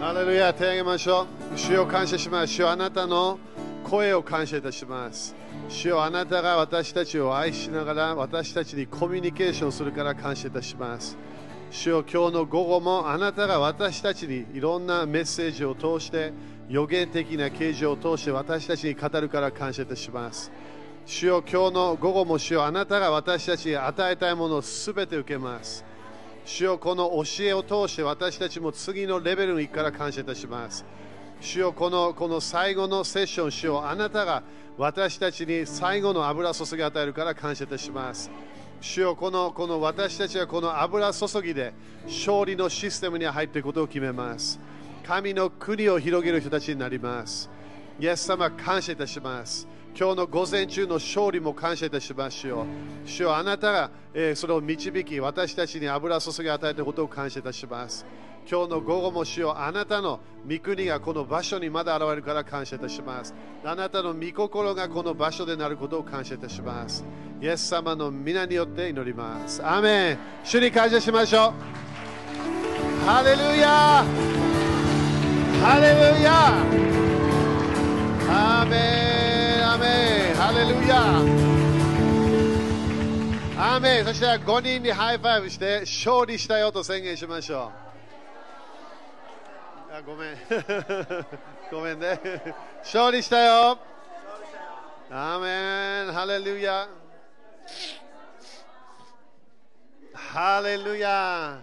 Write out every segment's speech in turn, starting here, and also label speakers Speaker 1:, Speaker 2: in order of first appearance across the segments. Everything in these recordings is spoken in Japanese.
Speaker 1: ハレルヤ、手を挙げましょう。主を感謝します。主よあなたの声を感謝いたします。主よあなたが私たちを愛しながら私たちにコミュニケーションするから感謝いたします。主よ今日の午後もあなたが私たちにいろんなメッセージを通して予言的な形状を通して私たちに語るから感謝いたします。主よ今日の午後も主よあなたが私たちに与えたいものをすべて受けます。主よこの教えを通して私たちも次のレベルに行くから感謝いたします。主よこのこの最後のセッション、主よあなたが私たちに最後の油注ぎを与えるから感謝いたします。主よこのこの私たちはこの油注ぎで勝利のシステムに入っていくことを決めます。神の国を広げる人たちになります。イエス様、感謝いたします。今日の午前中の勝利も感謝いたしますよ。主よあなたが、えーそれを導き、私たちに油注ぎを与えたことを感謝いたします。今日の午後も主よあなたの御国がこの場所にまだ現れるから感謝いたします。あなたの御心がこの場所でなることを感謝いたします。イエス様の皆によって祈ります。アーメン。主に感謝しましょう。ハレルヤハレルヤアーメンアーメンハレルヤアーメンそしたら5人にハイファイブして勝利したよと宣言しましょうあごめん ごめんね勝利したよアーメンハレルヤハレルヤ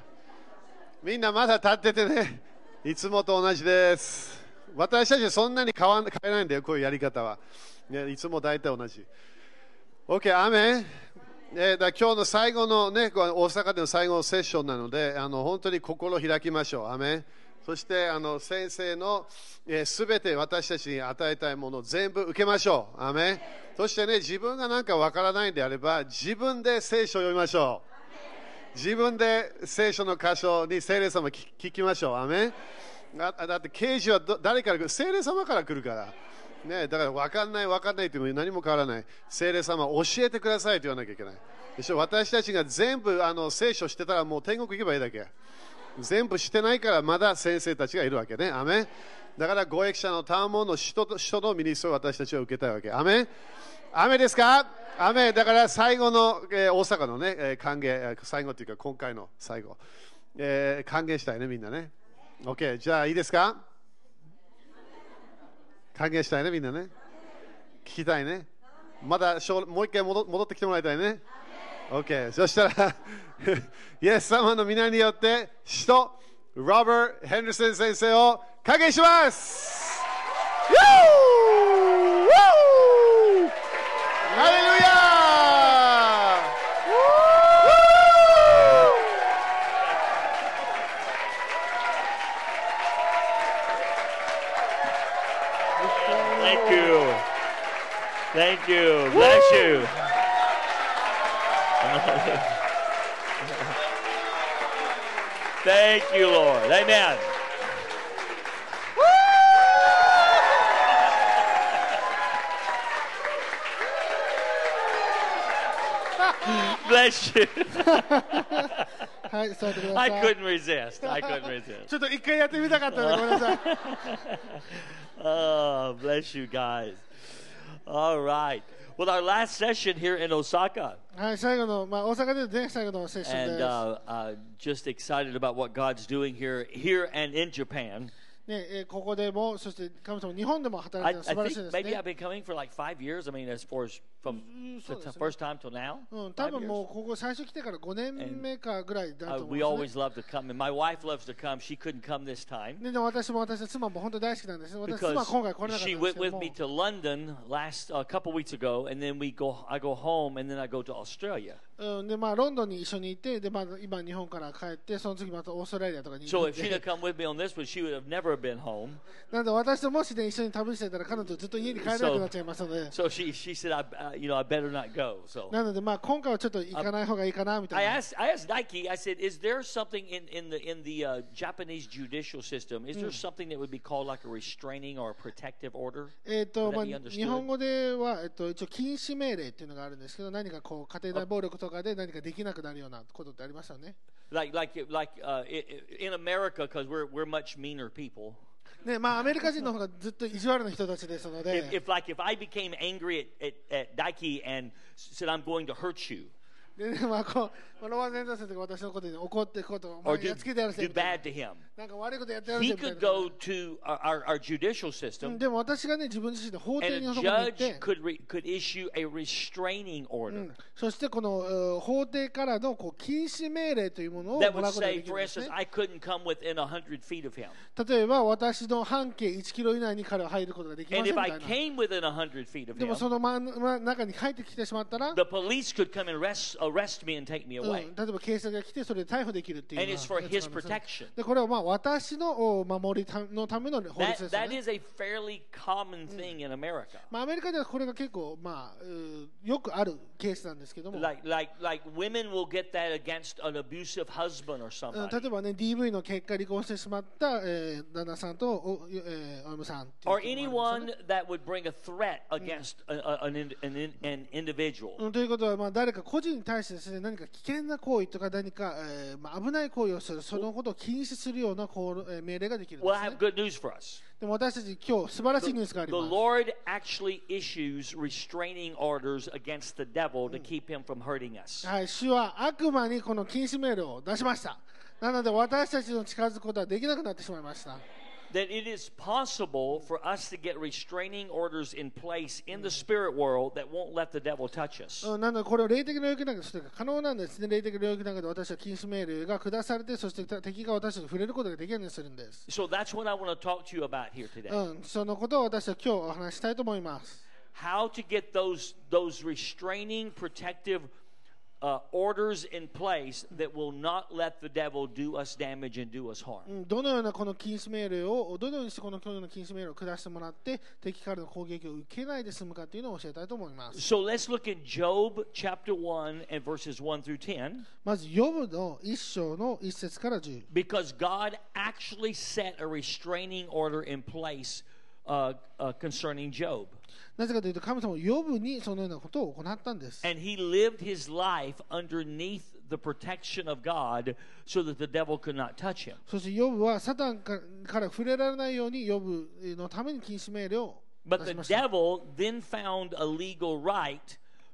Speaker 1: みんなまだ立っててね、いつもと同じです。私たちそんなに変わん変えないんだよ、こういうやり方は。ね、いつも大体同じ。OK、アーメン。えーだ今日の最後のね、こう大阪での最後のセッションなので、あの本当に心を開きましょう。アーメン。そしてあの先生のすべ、全て私たちに与えたいものを全部受けましょう。アーメン。そしてね、自分がなんかわからないんであれば、自分で聖書を読みましょう。自分で聖書の箇所に聖霊様聞き聞きましょう。アーメンあだって刑事はど誰から来る聖霊様から来るから。ね、だから分かんない分かんないって言っても何も変わらない。聖霊様教えてくださいと言わなきゃいけない。でしょ私たちが全部あの聖書してたらもう天国行けばいいだけ。全部してないからまだ先生たちがいるわけね。アーメンだからご益者のターモンの人と人のミニストを私たちは受けたいわけ。アーメン雨ですか雨だから最後の、えー大阪のね、えー歓迎えー最後というか今回の最後、えー歓迎したいねみんなね OK じゃあいいですか歓迎したいねみんなね聞きたいねまだしょうもう一回戻戻ってきてもらいたいね OK そしたら イエス様の皆によって使徒ロバート・ヘンダーソン先生を歓迎します Woo! Woo! ハレルヤ
Speaker 2: Thank you. Thank you. Bless you. Thank you, Lord. Amen.
Speaker 3: はい、座ってくだ
Speaker 2: I
Speaker 3: さい。
Speaker 2: couldn't resist. I couldn't resist.
Speaker 3: ちょっと一回やってみたかったのでごめんなさい。
Speaker 2: Oh, bless you guys. All right. Well, our last session here in Osaka,
Speaker 3: はい、最後の、まあ、大阪でね、最後のセッションで
Speaker 2: and
Speaker 3: す。
Speaker 2: uh, uh, just excited about what God's doing here, here and in Japan.
Speaker 3: ね、えーここでも、そして神様、日本でも働
Speaker 2: I,
Speaker 3: いて
Speaker 2: I
Speaker 3: るの素晴らしい
Speaker 2: think
Speaker 3: です
Speaker 2: maybe I've
Speaker 3: ね。
Speaker 2: been coming for like five years. I mean, as far as from the
Speaker 3: そうですね
Speaker 2: first time till now.
Speaker 3: うん、多
Speaker 2: five
Speaker 3: 分
Speaker 2: years.
Speaker 3: もうここ最初来てから5年目かぐらいだ
Speaker 2: Uh,
Speaker 3: と思
Speaker 2: we
Speaker 3: います、
Speaker 2: always love to come, and my wife loves to come. She couldn't come this time
Speaker 3: ね。ででも私も私の妻も本当に大好きなんですね。私妻
Speaker 2: because
Speaker 3: は今回来れなかった
Speaker 2: she
Speaker 3: んで
Speaker 2: went
Speaker 3: すけど
Speaker 2: with
Speaker 3: も
Speaker 2: me to London last a couple weeks ago, and then we go. I go home, and then I go to Australia.
Speaker 3: うんでまあ、ロンドンに一緒にいてで、まあ、今日本から帰ってその次またオーストラリアとかに
Speaker 2: So
Speaker 3: 行っ
Speaker 2: if she'd
Speaker 3: て
Speaker 2: have come with me on this one, she would have never been home.
Speaker 3: なので私ともし、ね、一緒に旅してたら彼女ずっと家に帰れなくなっちゃいますので
Speaker 2: So she she said, I uh, you know I better not go. So
Speaker 3: なのでまあ今回はちょっと行かない方がいいかなみた
Speaker 2: I
Speaker 3: いな
Speaker 2: asked I asked Nike. I said, is there something in in the in the uh, Japanese judicial system? Is there something that would be called like a restraining or a protective order?
Speaker 3: えー
Speaker 2: Would
Speaker 3: と
Speaker 2: that
Speaker 3: まあ、
Speaker 2: be understood?
Speaker 3: 日本語では、えっと一応禁止命令っていうのがあるんですけど何かこう家庭内暴力とかで何かできなくなるようなことってありますよね。
Speaker 2: like like like uh, i- i- in America because we're we're much meaner people.
Speaker 3: ねまあ、アメリカ人の方がずっと意地悪な人たちですので、
Speaker 2: If, if like if I became angry at at, at Daiki and s- said I'm going to hurt you
Speaker 3: でねまあ、こうまあロバート・エンダー先生が私のことに怒っていくことを、お
Speaker 2: or
Speaker 3: 前
Speaker 2: do,
Speaker 3: やっつけてやるぜ
Speaker 2: do
Speaker 3: みたい
Speaker 2: bad to him,
Speaker 3: ななんか悪いことやってやるぜ
Speaker 2: he
Speaker 3: みたい
Speaker 2: could
Speaker 3: な
Speaker 2: go to our, our, our judicial system
Speaker 3: でも私がね自分自身で法廷
Speaker 2: and
Speaker 3: に
Speaker 2: a
Speaker 3: そこに行っ
Speaker 2: judge
Speaker 3: て
Speaker 2: could re, could issue a restraining order
Speaker 3: そしてこのうん法廷からのこう禁止命令というものをも
Speaker 2: that
Speaker 3: ら
Speaker 2: would
Speaker 3: うことが
Speaker 2: say,
Speaker 3: できるん
Speaker 2: for
Speaker 3: です、ね
Speaker 2: instance,、I couldn't come within hundred feet of him,
Speaker 3: 例えば私の半径1キロ以内に彼は入ることができま
Speaker 2: and
Speaker 3: せん
Speaker 2: if
Speaker 3: みたい
Speaker 2: I
Speaker 3: な
Speaker 2: came within hundred feet of
Speaker 3: で
Speaker 2: him,
Speaker 3: もその真ん真ん中に入ってきてしまったら、うん
Speaker 2: the police could come and arrest arrest me and take me
Speaker 3: 例
Speaker 2: away.
Speaker 3: えば警察が来てそれで逮捕できるっていう
Speaker 2: and
Speaker 3: の
Speaker 2: it's for
Speaker 3: は
Speaker 2: his protection.
Speaker 3: でこれはまあ私のお守りたのための法律で
Speaker 2: That,
Speaker 3: すよ
Speaker 2: that
Speaker 3: ね。
Speaker 2: is a fairly common thing in America.
Speaker 3: まあ、アメリカではこれが結構、まあ、うんよくあるケースなんですけども、
Speaker 2: Like, like, like women will get that against an abusive husband or
Speaker 3: うん例
Speaker 2: somebody.
Speaker 3: えばね、DV の結果離婚してしまった、えー旦那さんとお、えー、お嫁さんっていう
Speaker 2: Or
Speaker 3: こともありますよね
Speaker 2: anyone that would bring a threat against a, a, an, in- an, in- an individual.
Speaker 3: うんということは、まあ、誰か個人に対してです、ね、何か危険な行為とか何か、えーまあ、危ない行為をするそのことを禁止するようなこう、えー命令ができるんで
Speaker 2: Well,
Speaker 3: す
Speaker 2: I
Speaker 3: ね
Speaker 2: have good news for us.
Speaker 3: でも私たち今日素晴らしいニュースがあ
Speaker 2: The
Speaker 3: ります
Speaker 2: Lord actually issues restraining orders against the devil to keep him from hurting us.
Speaker 3: はい、主は悪魔にこの禁止命令を出しましたなので私たちの近づくことはできなくなってしまいました
Speaker 2: That it is possible for us to get restraining orders in place in the spirit world that won't let the devil touch us.
Speaker 3: うんなのでこれを霊的領域の中ですることが可能なんですね霊的領域の中で私は禁止命令が下されてそして敵が私たちに触れることができるようにするんです、
Speaker 2: So that's what I want to talk to you about here today.
Speaker 3: うん、そのことを私は今日お話ししたいと思います
Speaker 2: How to get those those restraining protective uh, orders in place that will not let the devil do us damage and do us harm.
Speaker 3: どのようなこの禁止命令をどのようにしてこの今日の禁止命令を下してもらって敵からの攻撃を受けないで済むかというのを教えたいと思います
Speaker 2: So let's look in Job chapter 1 and verses 1 through 10
Speaker 3: まずヨブの一章の一節から十
Speaker 2: because God actually set a restraining order in place uh, uh, concerning Job.
Speaker 3: なぜかというと神様はヨブにそのようなことを行ったんです
Speaker 2: And he lived his life underneath the protection of God so that the devil could not touch him.
Speaker 3: そしてヨブはサタンかから触れられないようにヨブのために禁止命令を
Speaker 2: But
Speaker 3: 出
Speaker 2: the
Speaker 3: しました
Speaker 2: devil then found a legal right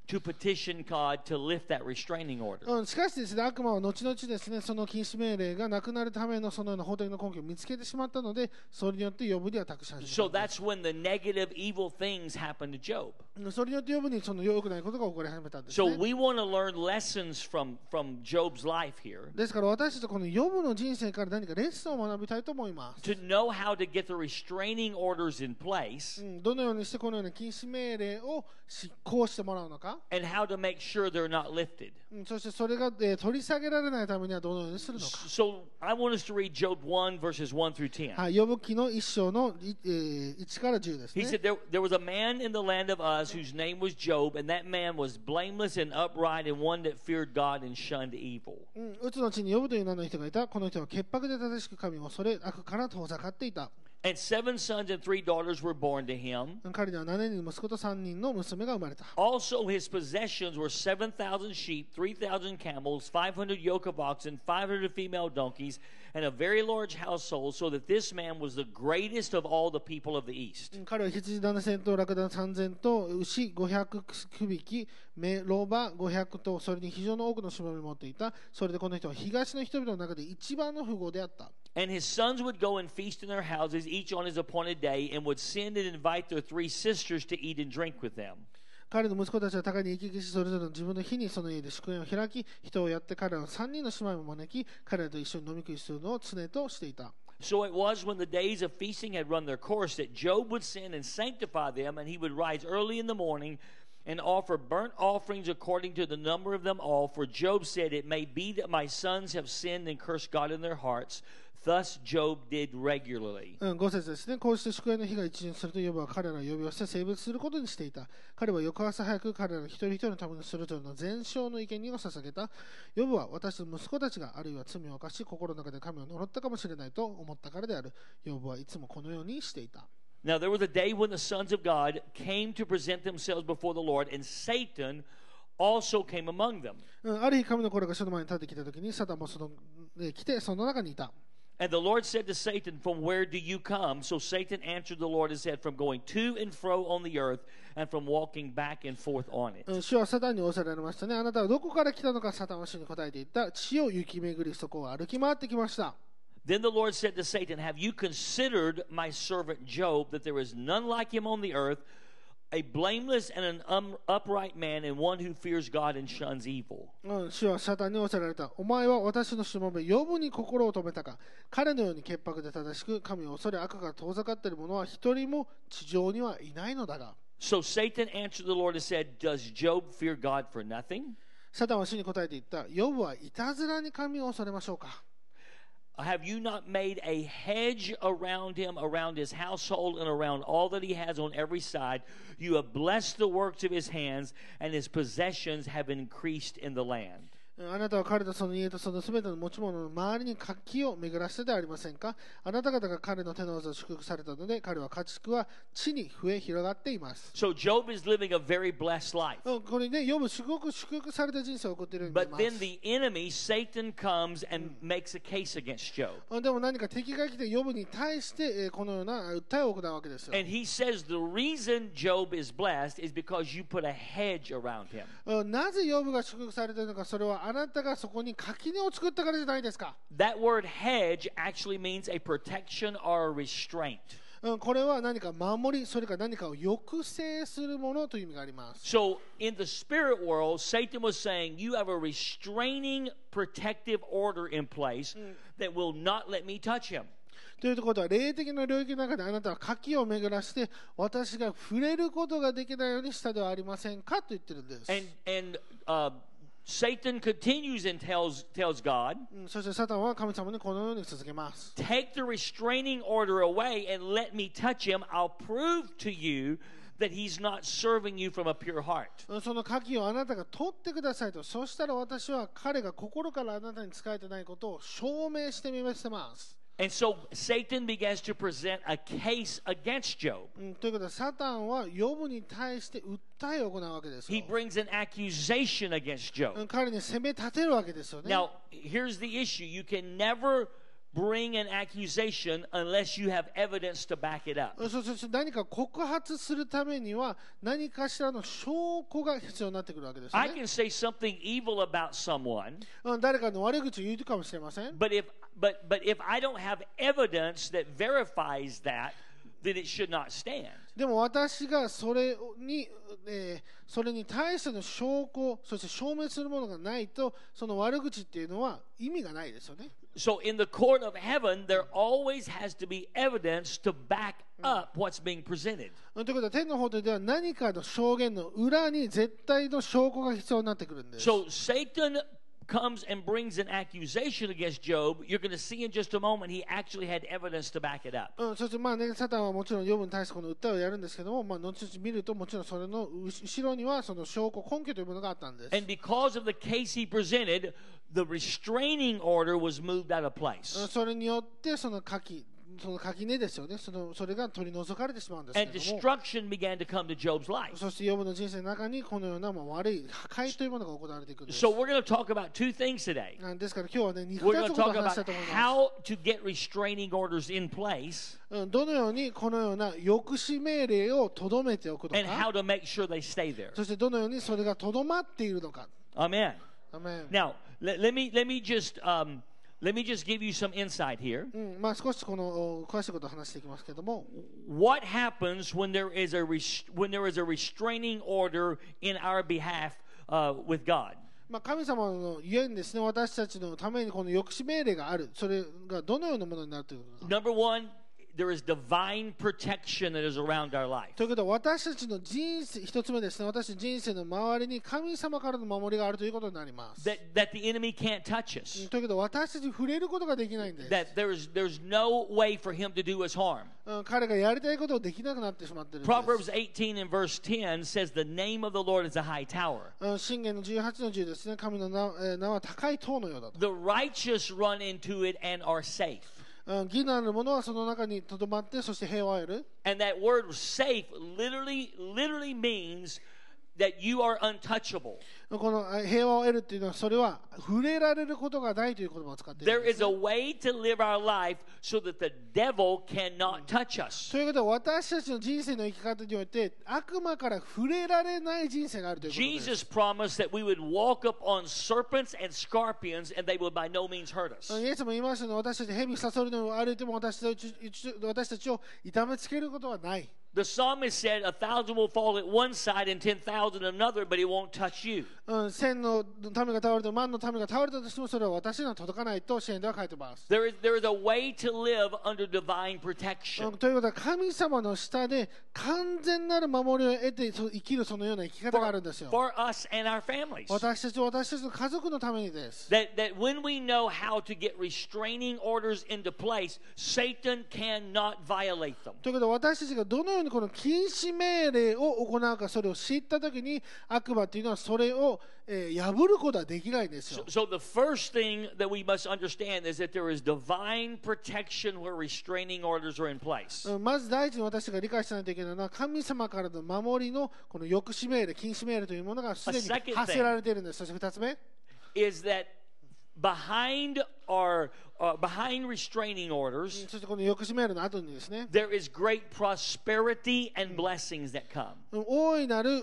Speaker 2: to petition God to lift that restraining order.
Speaker 3: うん、しかしですね悪魔は後々ですねその禁止命令がなくなるためのそのような法的な根拠を見つけてしまったのでそれによってヨブには託し始
Speaker 2: So
Speaker 3: めた
Speaker 2: that's when the negative, evil things happened to Job.
Speaker 3: うんそれによってヨブにその良くないことが起こり始めたんです、ね
Speaker 2: So we want to learn lessons from from Job's life here
Speaker 3: ですから私たちはこのヨブの人生から何かレッスンを学びたいと思います。
Speaker 2: to know how to get the restraining orders in place
Speaker 3: うんどのようにしてこのような禁止命令を執行してもらうのか、
Speaker 2: and how to make sure they're not lifted.
Speaker 3: うんそしてそれが、えー取り下げられないためにはどのようにするのか。
Speaker 2: So I want us to read Job 1 verses 1 through 10.
Speaker 3: はい、ヨブ記の一章の、いえー1から10です
Speaker 2: He
Speaker 3: ね
Speaker 2: said, there, there was a man in the land of Uz whose name was Job, and that man was blameless and upright and one that feared God and shunned evil.
Speaker 3: うん。うつの地にヨブという名の人がいた。この人は潔白で正しく神を恐れ、悪から遠ざかっていた。
Speaker 2: And seven sons and three daughters were born to him.
Speaker 3: うん彼には7人の息子と3人の娘が生まれた。
Speaker 2: Also, his possessions were 7,000 sheep, 3,000 camels, 500 yoke of oxen, 500 female donkeys, and a very large household, so that this man was the greatest of all the people of the East.
Speaker 3: 彼は羊7000とラクダ3000と牛500匹、メロバ500と、それに非常の多くのしもべを持っていた。それでこの人は東の人々の中で一番の富豪であった。
Speaker 2: And his sons would go and feast in their houses, each on his appointed day, and would send and invite their three sisters to eat and drink with them.
Speaker 3: 彼の息子たちは互いに行き来し、それぞれの自分の日にその家で祝宴を開き、人をやって彼らの3人の姉妹も招き、彼らと一緒に飲み食いするのを常としていた。
Speaker 2: So it was when the days of feasting had run their course that Job would sin and sanctify them, and he would rise early in the morning and offer burnt offerings according to the number of them all. For Job said, It may be that my sons have sinned and cursed God in their hearts. Thus Job did regularly.
Speaker 3: うん、5節ですね。こうして祝宴の日が一巡すると、ヨブは彼らを呼び寄せ、性別することにしていた。彼は翌朝早く彼ら一人一人のためにそれぞれの全焼の生贄を捧げた。ヨブは私の息子たちがあるいは罪を犯し、心の中で神を呪ったかもしれないと思ったからである。ヨブはいつもこのようにしていた。
Speaker 2: Now there was a day when the sons of God came to present themselves before the Lord, and Satan also came among them.
Speaker 3: うんある日神の声が主の前に立ってきた時にサタンもその、え来てその中にいた
Speaker 2: And the Lord said to Satan, From where do you come? So Satan answered the Lord and said, From going to and fro on the earth and from walking back and forth on it.
Speaker 3: うん主はサタンに仰せられましたねあなたはどこから来たのかサタンは主に答えていった地を行き巡りそこを歩き回ってきました
Speaker 2: Then the Lord said to Satan, Have you considered my servant Job, that there is none like him on the earth, a blameless and an um, upright man, and one who fears God and shuns evil?
Speaker 3: うん、主はサタンに仰せられた。お前は私のしもべ、呼ぶに心を止めたか。彼のように潔白で正しく、神を恐れ悪が遠ざかっている者は一人も地上にはいないのだが。
Speaker 2: So Satan answered the Lord and said, Does Job fear God for nothing?
Speaker 3: サタンは主に答えて言った。呼ぶはいたずらに神を恐れましょうか。
Speaker 2: Have you not made a hedge around him, around his household, and around all that he has on every side? You have blessed the works of his hands, and his possessions have increased in the land.
Speaker 3: うんあなたは彼とその家とそのすべての持ち物の周りに活気を巡らせてではありませんかあなた方が彼の手の技を祝福されたので、彼は家畜は地に増え広がっています。
Speaker 2: So Job is living a very blessed life.
Speaker 3: うん、これね、呼ぶ、すごく祝福された人生を送っているように見え
Speaker 2: But
Speaker 3: ます
Speaker 2: then the enemy, Satan, comes and makes a case against Job.
Speaker 3: でも何か敵が来て呼ぶに対して、えーこのような訴えを行うわけですよ。
Speaker 2: And he says the reason Job is blessed is because you put a hedge around him.
Speaker 3: うんなぜ呼ぶが祝福されているのか、それはあなたがそこに垣根を作ったからじゃないですか。
Speaker 2: That word hedge actually means a protection or a restraint.
Speaker 3: うんこれは何か守り、それか何かを抑制するものという意味があります。
Speaker 2: So in the spirit world, Satan was saying, You have a restraining protective order in place that will not let me touch him.
Speaker 3: ということは、霊的な領域の中であなたは垣を巡らして、私が触れることができないようにしたではありませんかと言ってるんです。
Speaker 2: And and uh, Satan continues and tells tells God,
Speaker 3: うんそしてサタンは神様にこのように続けます。
Speaker 2: Take the restraining order away and let me touch him. I'll prove to you that he's not serving you from a pure heart.
Speaker 3: その鍵をあなたが取ってくださいと、そしたら私は彼が心からあなたに仕えてないことを証明してみましてます。
Speaker 2: And so Satan begins to present a case against Job.
Speaker 3: うん、ということは、サタンは呼ぶに対して訴えを行うわけです
Speaker 2: He
Speaker 3: よ。
Speaker 2: brings an accusation against
Speaker 3: うん
Speaker 2: Job.
Speaker 3: 彼に責め立てるわけですよね。
Speaker 2: Now, here's the issue you can never bring an accusation unless you have evidence to back it up.
Speaker 3: うんそうそうそう何か告発するためには何かしらの証拠が必要になってくるわけですよ
Speaker 2: I
Speaker 3: ね。
Speaker 2: can say something evil about someone,
Speaker 3: うん誰かの悪口を言うかもしれません。
Speaker 2: but if but but if I don't have evidence that verifies that, then it should not stand.
Speaker 3: でも私がそれに、えーそれに対しての証拠、そして証明するものがないと、その悪口っていうのは意味がないですよね。
Speaker 2: So in the court of heaven, there always has to be evidence to back up what's being presented.
Speaker 3: うんということは、天の法廷では何かの証言の裏に絶対の証拠が必要になってくるんです。
Speaker 2: So Satan comes and brings an accusation against Job. You're going to see in just a moment he actually had evidence to back it up.
Speaker 3: うん、そしてまあね、サタンはもちろんヨブに対してこの訴えをやるんですけども、まあ、後々見ると、もちろんそれの後ろにはその証拠、根拠というものがあったんです。
Speaker 2: And because of the case he presented, the restraining order was moved out of
Speaker 3: うん
Speaker 2: place.
Speaker 3: それによって、その柿、その垣根ですよね、そのそれが取り除かれてしまうんですけ
Speaker 2: And
Speaker 3: れども。
Speaker 2: destruction began to come to Job's life.
Speaker 3: そしてヨブの人生の中にこのようなまあ悪い破壊というものが行われていくんです。
Speaker 2: So we're going to talk about two things today.
Speaker 3: うんですから今日はね、
Speaker 2: We're going to
Speaker 3: 2つことを
Speaker 2: talk
Speaker 3: 話した
Speaker 2: about
Speaker 3: いと思います。
Speaker 2: how to get restraining orders in place
Speaker 3: うんどのようにこのような抑止命令をとどめておくの
Speaker 2: and
Speaker 3: か、
Speaker 2: how to make sure they stay there.
Speaker 3: そしてどのようにそれがとどまっているのか。
Speaker 2: Amen.
Speaker 3: アメン
Speaker 2: Now, let, let me let me just um, let me just give you some insight here.
Speaker 3: うんまあ、少しこのお詳しいことを話していきますけども、
Speaker 2: What happens when there is a res- when there is a restraining order in our behalf uh, with God?
Speaker 3: まあ、神様のゆえにですね、私たちのためにこの抑止命令がある、それがどのようなものになるということか。
Speaker 2: Number one, there is divine protection that is around our life.
Speaker 3: ということは私たちの人生、一つ目ですね、私たちの人生の周りに神様からの守りがあるということになります。
Speaker 2: That that the enemy can't touch us.
Speaker 3: ということは私たちに触れることができないんです。
Speaker 2: That there's there's no way for him to do us harm.
Speaker 3: うん彼がやりたいことをできなくなってしまっているんです。
Speaker 2: Proverbs 18 and verse 10 says, "The name of the Lord is a high tower."
Speaker 3: うん信玄の18の10ですね、神の名,、えー名は高い塔のようだと。
Speaker 2: The righteous run into it and are safe.
Speaker 3: うん義なる者はその中にとどまって、そして平和を得る。
Speaker 2: And that word safe literally literally means that you are untouchable.
Speaker 3: このあ平和を得るっていうのはそれは触れられることがないという言葉を使っている
Speaker 2: There
Speaker 3: んです
Speaker 2: is a way to live our life so that the devil cannot touch us.
Speaker 3: ということは私たちの人生の生き方において悪魔から触れられない人生があるということです
Speaker 2: Jesus promised that we would walk up on serpents and scorpions and they would by no means hurt us.
Speaker 3: イエス様も言いましたね私たち蛇刺されるのを歩いても私たち私たちを痛めつけることはない
Speaker 2: The psalmist said, A thousand will fall at one side and ten thousand another, but it won't touch you.
Speaker 3: うん、千の民が倒れても万の民が倒れたとしてもそれは私には届かないと支援では書いてます、
Speaker 2: There is, there is a way to live under divine
Speaker 3: うん
Speaker 2: protection.
Speaker 3: ということは神様の下で完全なる守りを得てそう生きるそのような生き方がある
Speaker 2: For,
Speaker 3: んですよ
Speaker 2: for us and our families.
Speaker 3: 私たち私たちの家族のためにです
Speaker 2: That, that when we know how to get restraining orders into place, Satan cannot violate them.
Speaker 3: ということで私たちがどのようにこの禁止命令を行うかそれを知った時に悪魔というのはそれを、えー破ることはできないんですよ
Speaker 2: So, so the first thing that we must understand is that there is divine protection where restraining orders are in place.
Speaker 3: うんまず第一に私が理解しないといけないのは神様からの守りのこの抑止命令禁止命令というものがすでに
Speaker 2: A second thing.
Speaker 3: 発せられているんですそして2つ目
Speaker 2: Is that behind our uh, behind restraining orders,
Speaker 3: そしてこの抑止命令の後にですね
Speaker 2: there is great prosperity and blessings that come.
Speaker 3: うん大いなるう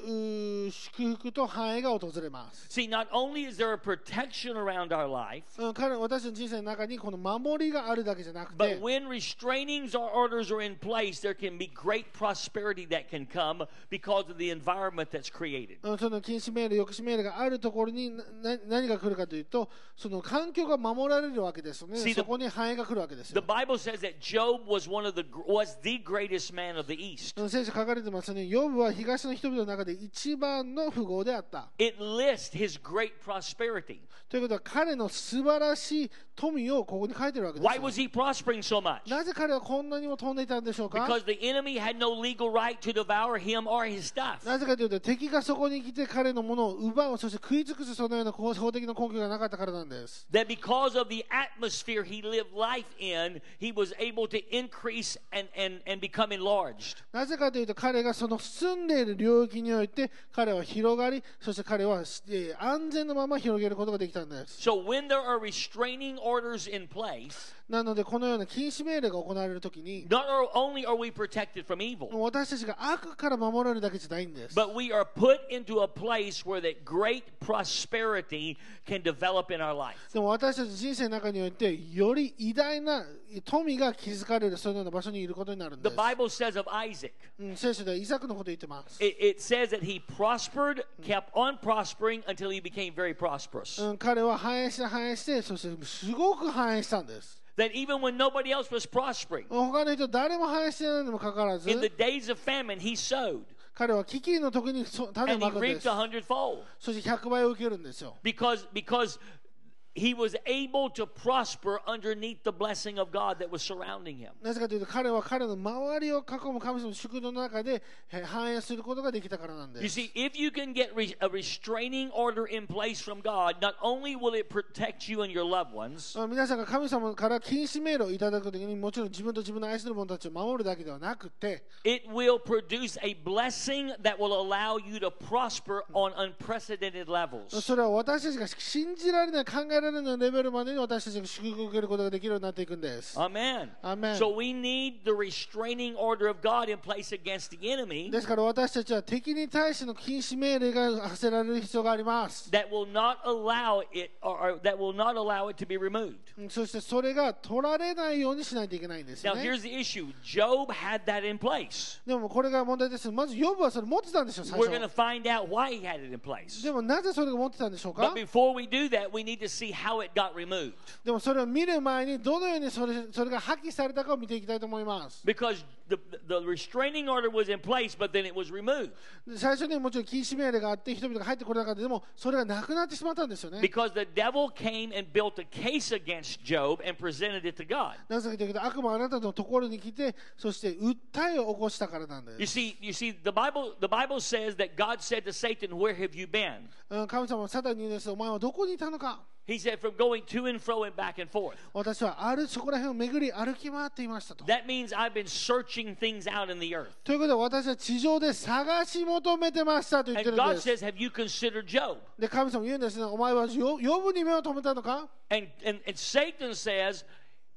Speaker 3: ー祝福と繁栄が訪れます、
Speaker 2: See, not only is there a protection around our life,
Speaker 3: うん彼私の人生の中にこの守りがあるだけじゃなく
Speaker 2: but
Speaker 3: て
Speaker 2: when restrainings or orders are in place, there can be great prosperity that can come because of the environment that's created.
Speaker 3: うんその禁止命令、抑止命令があるところになな何が来るかというと、その環境が守られるわけですよね
Speaker 2: See,。the-
Speaker 3: そこに繁栄が来るわけです
Speaker 2: The
Speaker 3: よ。
Speaker 2: Bible says that Job was one of the gr- was the greatest man of the East.
Speaker 3: うん聖書書かれてますね。ヨブは東の人々の中で一番の富豪であった。
Speaker 2: It lists his great prosperity.
Speaker 3: ということは彼の素晴らしい富をここに書いてるわけで
Speaker 2: Why
Speaker 3: す
Speaker 2: was。
Speaker 3: よ
Speaker 2: he prospering so much?
Speaker 3: なぜ彼はこんなにも飛んでいたんでしょうか
Speaker 2: Because the enemy had no legal right to devour him or his stuff.
Speaker 3: なぜかというと敵がそこに来て彼のものを奪うそして食い尽くすそのような法的な根拠がなかったからなんです
Speaker 2: That because of the atmosphere he lived life in, he was able to increase and, and, and become enlarged.
Speaker 3: なぜかというと彼がその住んでいる領域において彼は広がりそして彼は、えー安全のまま広げることができたんです
Speaker 2: So when there are restraining orders in place,
Speaker 3: なのでこのような禁止命令が行われるときに
Speaker 2: not o- only are we protected from evil,
Speaker 3: 私たちが悪から守られるだけじゃないんです
Speaker 2: but we are put into a place where that great prosperity can develop in our life.
Speaker 3: でも私たち人生の中においてより偉大な富が築かれるそのような場所にいることになるんで
Speaker 2: The
Speaker 3: す、
Speaker 2: Bible says of Isaac,
Speaker 3: うん、聖書ではイサクのこと言ってます
Speaker 2: it, it says that he prospered, kept on prospering until he became very prosperous.
Speaker 3: うん、彼は繁栄して繁栄してそしてすごく繁栄したんです
Speaker 2: That even when nobody else was prospering,
Speaker 3: 他の人誰も繁栄してないにもかかわらず
Speaker 2: in the days of famine, he sowed
Speaker 3: 彼は飢饉の時にそ種を
Speaker 2: and he
Speaker 3: まくんで
Speaker 2: reaped
Speaker 3: す
Speaker 2: a hundredfold
Speaker 3: そして100倍を受けるんですよ
Speaker 2: because because he was able to prosper underneath the blessing of God that was surrounding him.
Speaker 3: なぜかというと彼は彼の周りを囲む神様の祝福の中でえ繁栄することができたからなんで
Speaker 2: You
Speaker 3: す
Speaker 2: see, if you can get re- a restraining order in place from God, not only will it protect you and your loved ones,
Speaker 3: うん皆さんが神様から禁止命令をいただく時にもちろん自分と自分の愛する者たちを守るだけではなくて
Speaker 2: it will produce a blessing that will allow you to prosper on unprecedented levels.
Speaker 3: それは私たちが信じられない考えられないレベルまでに私たちが祝福を受けることができるようになっていくんです
Speaker 2: Amen.
Speaker 3: Amen.
Speaker 2: So we need the restraining order of God in place against the enemy
Speaker 3: ですから私たちは敵に対しての禁止命令が発せられる必要があります。
Speaker 2: that will not allow it or, or that will not allow it to be removed.
Speaker 3: そしてそれが取られないようにしないといけないんです
Speaker 2: Now
Speaker 3: よね。
Speaker 2: here's the issue. Job had that in place.
Speaker 3: でもこれが問題です。まずヨブはそれ持ってたんでしょ、最
Speaker 2: We're going to
Speaker 3: 初。
Speaker 2: find out why he had it in place.
Speaker 3: でもなぜそれが持ってたんでしょうか
Speaker 2: But before we do that, we need to see how it got removed.
Speaker 3: でもそれを見る前にどのようにそれそれが破棄されたかを見ていきたいと思います。
Speaker 2: Because the, the restraining order was in place, but then it was removed.
Speaker 3: で最初にもちろん禁止命令があって人々が入ってこれなかったでもそれがなくなってしまったんですよね。
Speaker 2: Because the devil came and built a case against Job and presented it to God.
Speaker 3: なぜかというと悪魔はあなたのところに来てそして訴えを起こしたからなんです
Speaker 2: You。see, you see, the Bible, the Bible says that God said to Satan, Where have you been?
Speaker 3: うん神様はサタンにですねお前はどこにいたのか
Speaker 2: He said, from going to and fro and back and forth.
Speaker 3: 私はあるそこら辺を巡り歩き回っていましたと。
Speaker 2: That means I've been searching things out in the earth.
Speaker 3: ということで私は地上で探し求めてましたと言って
Speaker 2: And
Speaker 3: るんで
Speaker 2: God
Speaker 3: す。
Speaker 2: says, Have you considered Job?
Speaker 3: で神様言うんですね、お前はヨヨブに目を留めたのか
Speaker 2: And, and, and Satan says,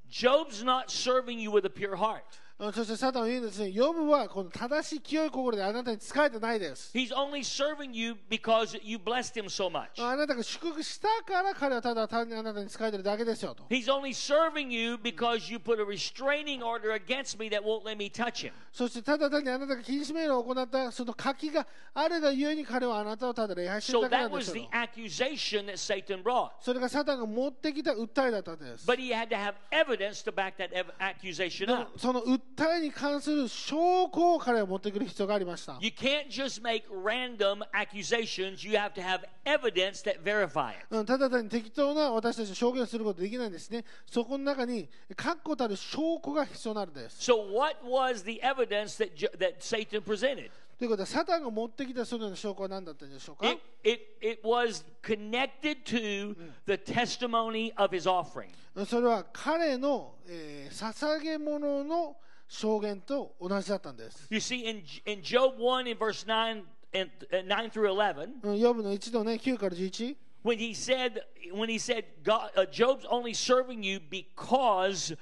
Speaker 2: Job's not serving you with a pure heart.
Speaker 3: うんそしてサタンは言うんですね、ヨブはこの正しい清い心であなたに仕えてないです。
Speaker 2: He's only serving you because you blessed him so much.
Speaker 3: あなたが祝福したから彼はただ単にあなたに仕えてるだけですよと。
Speaker 2: He's only serving you because you put a restraining order against me that won't let me touch him.
Speaker 3: そしてただ単にあなたが禁止命令を行ったその書きがあるがゆえに彼はあなたをただ礼拝してる
Speaker 2: So
Speaker 3: だけな
Speaker 2: that
Speaker 3: んです
Speaker 2: was
Speaker 3: よと
Speaker 2: the accusation that Satan brought.
Speaker 3: それがサタンが持ってきた訴えだったんです。
Speaker 2: But he had to have evidence to back that ev- accusation
Speaker 3: でも
Speaker 2: up.
Speaker 3: その訴えに関する証拠を彼は持ってくる必要がありました。
Speaker 2: You can't just make random accusations. You have to have evidence that verify it.
Speaker 3: うんただ単に適当な私たちは証言することできないんですね。そこの中に確固たる証拠が必要なんです。
Speaker 2: So what was the evidence that Jo- that Satan presented?
Speaker 3: ということは、サタンが持ってきたそのような証拠は何だったんでしょうか
Speaker 2: It it it was connected to the testimony of his offering.
Speaker 3: うんそれは彼の、えー捧げ物の証言と同じだったんです。
Speaker 2: You see, in in Job one in verse nine and uh, nine through eleven,
Speaker 3: うんヨブの1度ね、9から11。
Speaker 2: when he said when he said God, uh, Job's only serving you because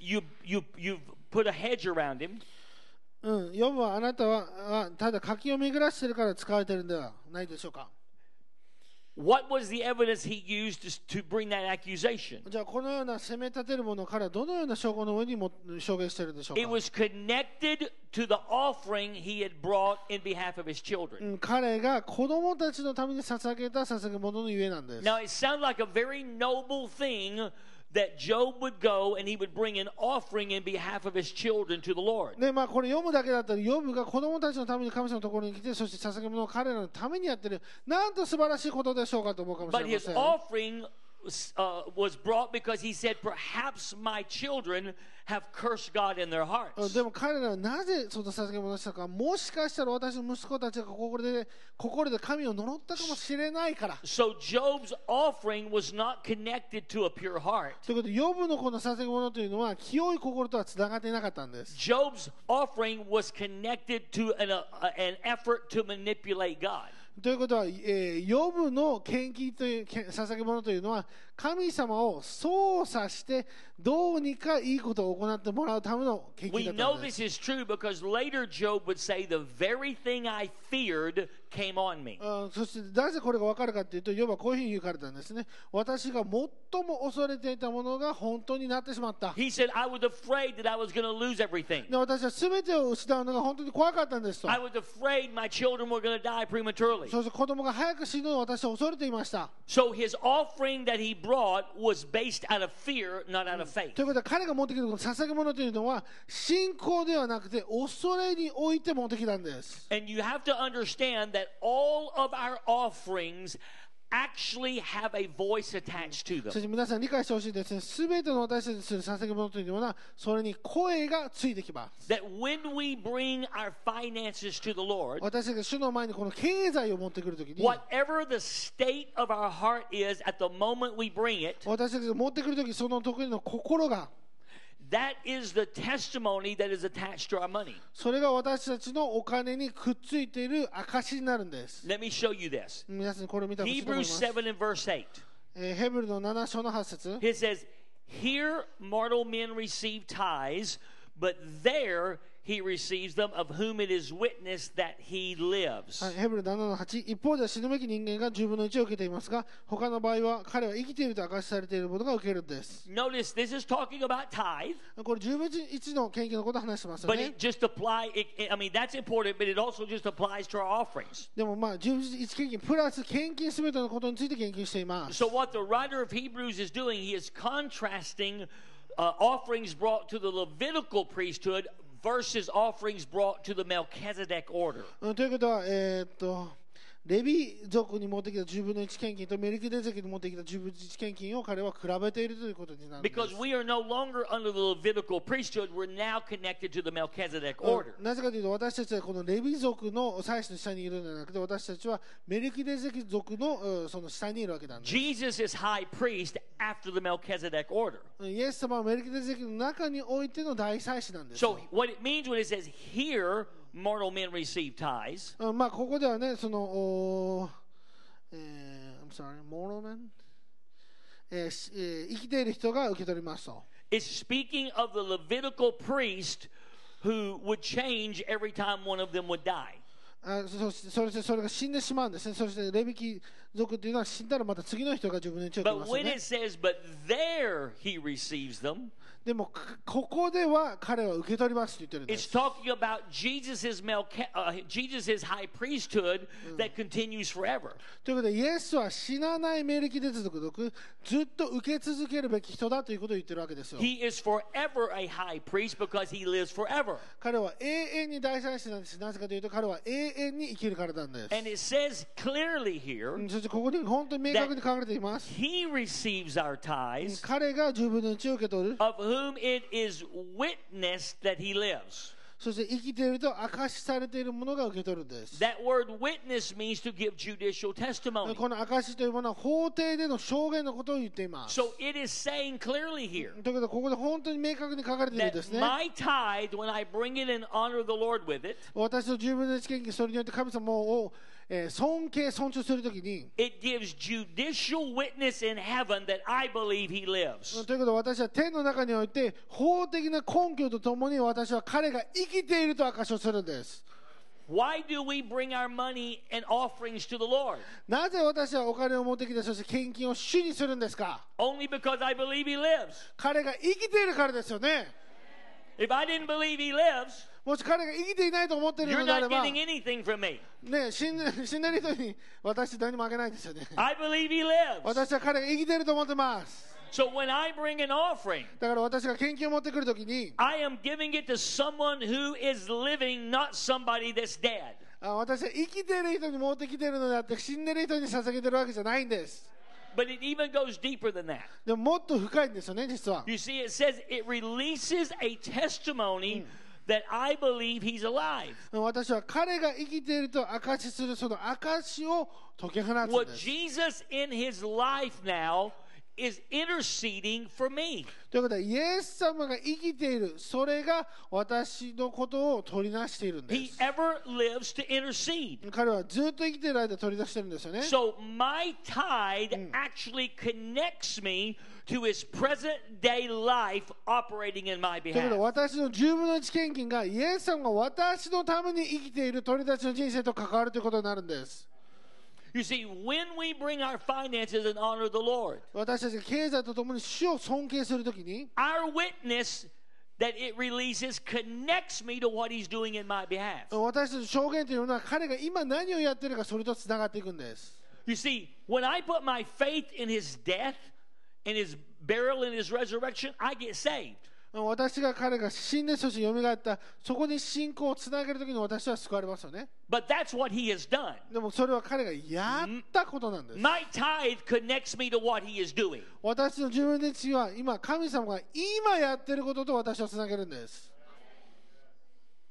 Speaker 2: you you you've put a hedge around him.
Speaker 3: うん、ヨブはあなたはあただ柿を巡らしてるから使われてるんではないでしょうか。
Speaker 2: What was the evidence he used to, to bring that accusation?
Speaker 3: じゃあこのような責め立てるものからどのような証拠の上にも証言してるんでしょう
Speaker 2: It
Speaker 3: か
Speaker 2: was connected to the offering he had brought in behalf of his children.
Speaker 3: うん彼が子供たちのために捧げた捧げ物のゆえなんです。
Speaker 2: Now, it sounds like a very noble thing that Job would go and he would bring an offering in behalf of his children to the Lord.
Speaker 3: でまあ、これ読むだけだったら、ヨブが子供たちのために神様のところに来て、そして捧げ物を彼らのためにやってる、なんと素晴らしいことでしょうかと思うかもし
Speaker 2: But
Speaker 3: れま
Speaker 2: his
Speaker 3: せん。
Speaker 2: offering was, uh, was brought because he said, Perhaps my children have cursed God in their
Speaker 3: うん
Speaker 2: hearts.
Speaker 3: でも彼らはなぜその捧げ物をしたか、もしかしたら私の息子たちが心で心で神を呪ったかもしれないから。
Speaker 2: So Job's offering was not connected to a pure heart.
Speaker 3: ということで、ヨブのこの捧げ物というのは、清い心とはつながっていなかったんです。
Speaker 2: Job's offering was connected to an, uh, an effort to manipulate God.
Speaker 3: ということは、えーヨブの献金というけ捧げ物というのは、神様を操作して、どうにかいいことを行ってもらうための献
Speaker 2: We
Speaker 3: 金だ
Speaker 2: know
Speaker 3: ったんです
Speaker 2: this。is true because later Job would say, The very thing I feared came on me.
Speaker 3: うんそしてなぜこれが分かるかというと、ヨブはこういうふうに言うからなんですね。私が最も恐れていたものが本当になってしまった。
Speaker 2: He said, I was afraid that I was going to lose everything.
Speaker 3: で私は全てを失うのが本当に怖かったんですと
Speaker 2: I。was afraid my children were going to die prematurely.
Speaker 3: そして子供が早く死ぬのを私は恐れていました。
Speaker 2: So his offering that he brought was based out of fear, not out of faith.
Speaker 3: ということは彼が持ってきたこの捧げ物というのは信仰ではなくて恐れにおいて持ってきたんです。
Speaker 2: And you have to understand that all of our offerings actually have a voice attached to
Speaker 3: そ
Speaker 2: them.
Speaker 3: して皆さん理解してほしいですね。すべての私たちにする捧げ物というのはそれに声がついてきます。
Speaker 2: That when we bring our finances to the Lord,
Speaker 3: 私たちが主の前にこの経済を持ってくるときに
Speaker 2: Whatever the state of our heart is at the moment we bring it,
Speaker 3: 私たちが持ってくるときその得意の心が
Speaker 2: that is the testimony that is attached to our money.
Speaker 3: それが私たちのお金にくっついている証になるんです。
Speaker 2: Let me show you this.
Speaker 3: 皆さんこれ見たらほしいと思いま
Speaker 2: Hebrews
Speaker 3: す。
Speaker 2: 7 and verse 8.
Speaker 3: えーヘブルの7章の8節
Speaker 2: It says, Here mortal men receive tithes, but there he receives them of whom it is witnessed that he lives.
Speaker 3: はいヘブル7の8一方では死ぬべき人間が10分の1を受けていますが他の場合は彼は生きていると明かしされているものが受けるんです
Speaker 2: Notice this is talking about tithe,
Speaker 3: これ10分の1の研究のことを話してますよ
Speaker 2: but
Speaker 3: ね
Speaker 2: it just apply. It, it- I mean, that's important, but it also just applies to our offerings.
Speaker 3: でもまあ10分の1研究プラス献金すべてのことについて研究しています
Speaker 2: So, what the writer of Hebrews is doing, he is contrasting uh, offerings brought to the Levitical priesthood versus offerings brought to the Melchizedek order.
Speaker 3: うんということはえーっとレビ族に持ってきた10分の1献金とメルキデゼキに持ってきた10分の1献金を彼は比べているということになるんです
Speaker 2: Because we are no longer under the Levitical priesthood, we're now connected to the Melchizedek order.
Speaker 3: なぜかというと私たちはこのレビ族の祭司の下にいるのではなくて私たちはメルキデゼキ族のうんその下にいるわけなんです。
Speaker 2: Jesus is high priest afafter the Melchizedek order.
Speaker 3: イエス様はメルキデゼキの中においての大祭司なんです
Speaker 2: So
Speaker 3: よ。
Speaker 2: what it means when it says here mortal men receive tithes,
Speaker 3: うんまあここではね、その、おーえー I'm sorry, mortal man? えーしえー生きている人が受け取りますと。
Speaker 2: it's speaking of the Levitical priest who would change every time one of them would die.
Speaker 3: あそそしてそれでそれが死んでしまうんですね。そしてレビキ族というのは死んだらまた次の人が自分の血を受けま
Speaker 2: But
Speaker 3: すよ
Speaker 2: when
Speaker 3: ね
Speaker 2: it。says, but there he receives them,
Speaker 3: でもこここでは彼は受け取りますと言ってるんです
Speaker 2: it's。talking about Jesus' Melch- uh, Jesus's high priesthood that continues forever.
Speaker 3: ということで、イエスは死なないメルキデ族族、ずっと受け続けるべき人だということを言ってるわけですよ。
Speaker 2: He is forever a high priest because he lives forever.
Speaker 3: 彼は永遠に大祭司なんです。なぜかというと、彼は永遠に生きるからなんです。
Speaker 2: And it says clearly here,
Speaker 3: そしてここに本当に明確に書かれています。
Speaker 2: he receives our tithes.
Speaker 3: 彼が10分の1を受け取る。
Speaker 2: of whom it is witnessed that he lives.
Speaker 3: そして生きていると証しされているものが受け取るんです。
Speaker 2: That word witness means to give judicial testimony.
Speaker 3: この証しというものは法廷での証言のことを言っています。
Speaker 2: So it is saying clearly here
Speaker 3: ということで、ここで本当に明確に書かれているん
Speaker 2: that
Speaker 3: ですね。
Speaker 2: my tithe, when I bring it and honor the Lord with it,
Speaker 3: 私の10分の1献金、それによって神様を、えー尊敬、尊重するときに、
Speaker 2: it gives judicial witness in heaven that I believe he lives.
Speaker 3: ということで私は天の中において法的な根拠とともに私は彼が生きていると証しをするんです
Speaker 2: Why do we bring our money and offerings to the Lord?
Speaker 3: なぜ私はお金を持ってきてそして献金を主にするんですか
Speaker 2: Only because I believe he lives.
Speaker 3: 彼が生きているからですよね
Speaker 2: If I didn't believe he lives,
Speaker 3: もし彼が生きていないと思っている
Speaker 2: you're
Speaker 3: のであれ
Speaker 2: not
Speaker 3: ば、
Speaker 2: getting
Speaker 3: ね、
Speaker 2: anything from me.
Speaker 3: 死んで死んでる人に私何もあげないんですよね
Speaker 2: I believe he lives.
Speaker 3: 私は彼が生きていると思ってます
Speaker 2: So when I bring an offering,
Speaker 3: だから私が献金を持ってくるときに
Speaker 2: I am giving it to someone who is living, not somebody that's dead.
Speaker 3: あ私は生きている人に持ってきているのであって死んでる人に捧げてるわけじゃないんです
Speaker 2: But it even goes deeper than that.
Speaker 3: でももっと深いんですよね実は
Speaker 2: You see, it says it releases a testimony that I believe he's alive.
Speaker 3: 私は彼が生きていると証しするその証を解き放つん
Speaker 2: What
Speaker 3: です。
Speaker 2: Jesus in his life now is interceding for me.
Speaker 3: ということで、イエス様が生きている、それが私のことを取りなしているんで
Speaker 2: He
Speaker 3: す。
Speaker 2: ever lives to intercede.
Speaker 3: 彼はずっと生きている間取り出してるんですよね。
Speaker 2: So my tithe actually connects me to his present day life operating in my
Speaker 3: という
Speaker 2: behalf.
Speaker 3: ことで、私の10分の1献金がイエス様が私のために生きている取り出しの人生と関わるということになるんです。
Speaker 2: You see, when we bring our finances and honor the Lord,
Speaker 3: 私たちが経済とともに主を尊敬するときに、
Speaker 2: our witness that it releases connects me to what He's doing in my behalf.
Speaker 3: 私たちの証言というのは彼が今何をやっているかそれとつながっていくんです。
Speaker 2: You see, when I put my faith in His death, in His burial, in His resurrection, I get saved.
Speaker 3: 私が彼が死んでそして蘇ったそこに信仰をつなげるときに私は救われますよね
Speaker 2: But that's what He has done.
Speaker 3: でもそれは彼がやったことなんです
Speaker 2: My tithe connects me to what He is doing.
Speaker 3: 私の十分の一は今神様が今やってることと私をつなげるんです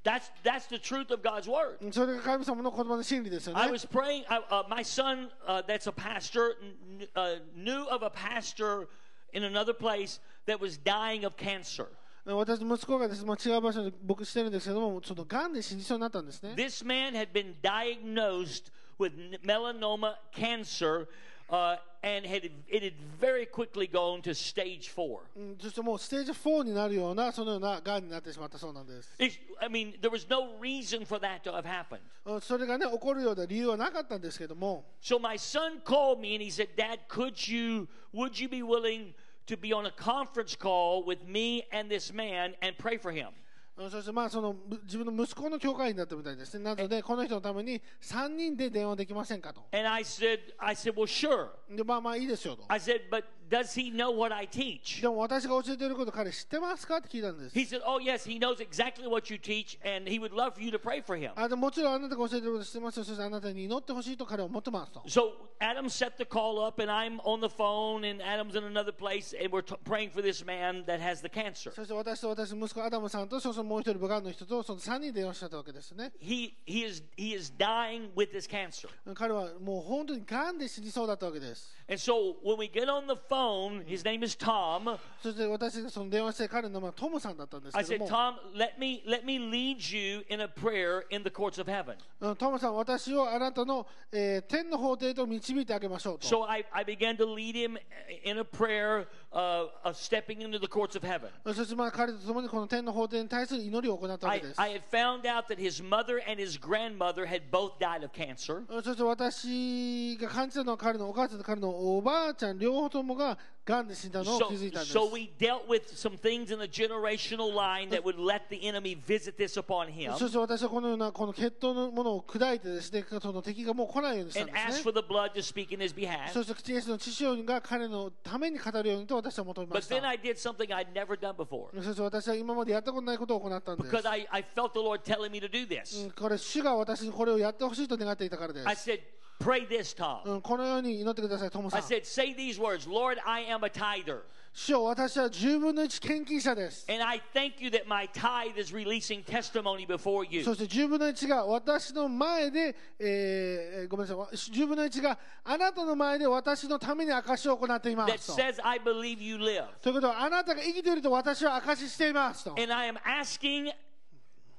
Speaker 2: That's that's the truth of God's word.
Speaker 3: それが神様の言葉の真理ですよ
Speaker 2: I
Speaker 3: ね
Speaker 2: was praying. I, uh, my son, uh, that's a pastor, kn- uh, knew of a pastor in another place that was dying of cancer.
Speaker 3: 私の息子がですね、まあ、違う場所で僕してるんですけどもその癌で死にそうになったんですね
Speaker 2: This man had been diagnosed with n- melanoma cancer, uh, and had it had very quickly gone to stage four.
Speaker 3: うんそしてもうステージ4になるようなそのような癌になってしまったそうなんです
Speaker 2: It's, I mean, there was no reason for that to have happened.
Speaker 3: うんそれがね起こるような理由はなかったんですけども
Speaker 2: So my son called me and he said, "Dad, could you? Would you be willing?" To be on a conference call with me and this man and pray for him.
Speaker 3: うんそしてまあそのむ自分の息子の教会員だったみたいですね。なので、この人のために3人で電話できませんかと。
Speaker 2: And I said, I said, well, sure.
Speaker 3: で、まあまあいいですよと。
Speaker 2: I said, but does he know what I teach?
Speaker 3: でも私が教えていること彼知ってますかって聞いたんです
Speaker 2: He said, Oh, yes, he knows exactly what you teach, and he would love for you to pray for him.
Speaker 3: あでももちろんあなたが教えていること知ってますよそしてあなたに祈ってほしいと彼は思ってますと
Speaker 2: So Adam set the call up, and I'm on the phone, and Adam's in another place, and we're t- praying for this man that has the cancer.
Speaker 3: そして私と私息子アダムさんとそしてもう一人部下の人とその3人でいらっしゃったわけですね
Speaker 2: He he is he is dying with this cancer.
Speaker 3: 彼はもう本当に癌で死にそうだったわけです
Speaker 2: And so when we get on the phone, his name is Tom.
Speaker 3: そして私がその電話して彼の名前はトムさんだったんです
Speaker 2: I
Speaker 3: け
Speaker 2: said,
Speaker 3: ども
Speaker 2: Tom, let me let me lead you in a prayer in the courts of heaven.
Speaker 3: うんトムさん私をあなたの、えー天の法廷へと導いてあげましょうと
Speaker 2: So I, I began to lead him in a prayer uh, of stepping into the courts of heaven.
Speaker 3: そしてまあ彼と共にこの天の法廷に対する祈りを行ったわ
Speaker 2: I,
Speaker 3: けです
Speaker 2: I had found out that his mother and his grandmother had both died of cancer.
Speaker 3: そして私が感じたのは彼のお母さんと彼のおばあちゃん両方ともが癌で死んだのを
Speaker 2: So,
Speaker 3: 気づいたんです
Speaker 2: so we dealt with some things in the generational line that would let the enemy visit this upon him
Speaker 3: そして私はこのようなこの血統のものを砕いてですねその敵がもう来ないようにしたん
Speaker 2: and
Speaker 3: で
Speaker 2: asked
Speaker 3: す
Speaker 2: for
Speaker 3: ね
Speaker 2: the blood to speak in his behalf.
Speaker 3: そしてイエスの父親が彼のために語るようにと私は求めま
Speaker 2: But
Speaker 3: した
Speaker 2: then I did something I'd never done before
Speaker 3: そして私は今までやったことないことを行ったんです
Speaker 2: because I, I felt the Lord telling me to do this.
Speaker 3: うんこれ主が私にこれをやってほしいと願っていたからで
Speaker 2: I
Speaker 3: す
Speaker 2: said, Pray this, Tom.
Speaker 3: うんこのように祈ってくださいトモさ
Speaker 2: I
Speaker 3: ん
Speaker 2: said, Say these words Lord, I am a tither.
Speaker 3: 主よ私は10分の1献金者です
Speaker 2: And I thank you that my tithe is releasing testimony before
Speaker 3: そ
Speaker 2: you.
Speaker 3: して10分の1が私の前で、えーごめんなさい、10分の1があなたの前で私のために証しを行っていま
Speaker 2: That
Speaker 3: すと。
Speaker 2: says, I believe you live.
Speaker 3: ということは、あなたが生きていると私は証ししていますと。
Speaker 2: And I am asking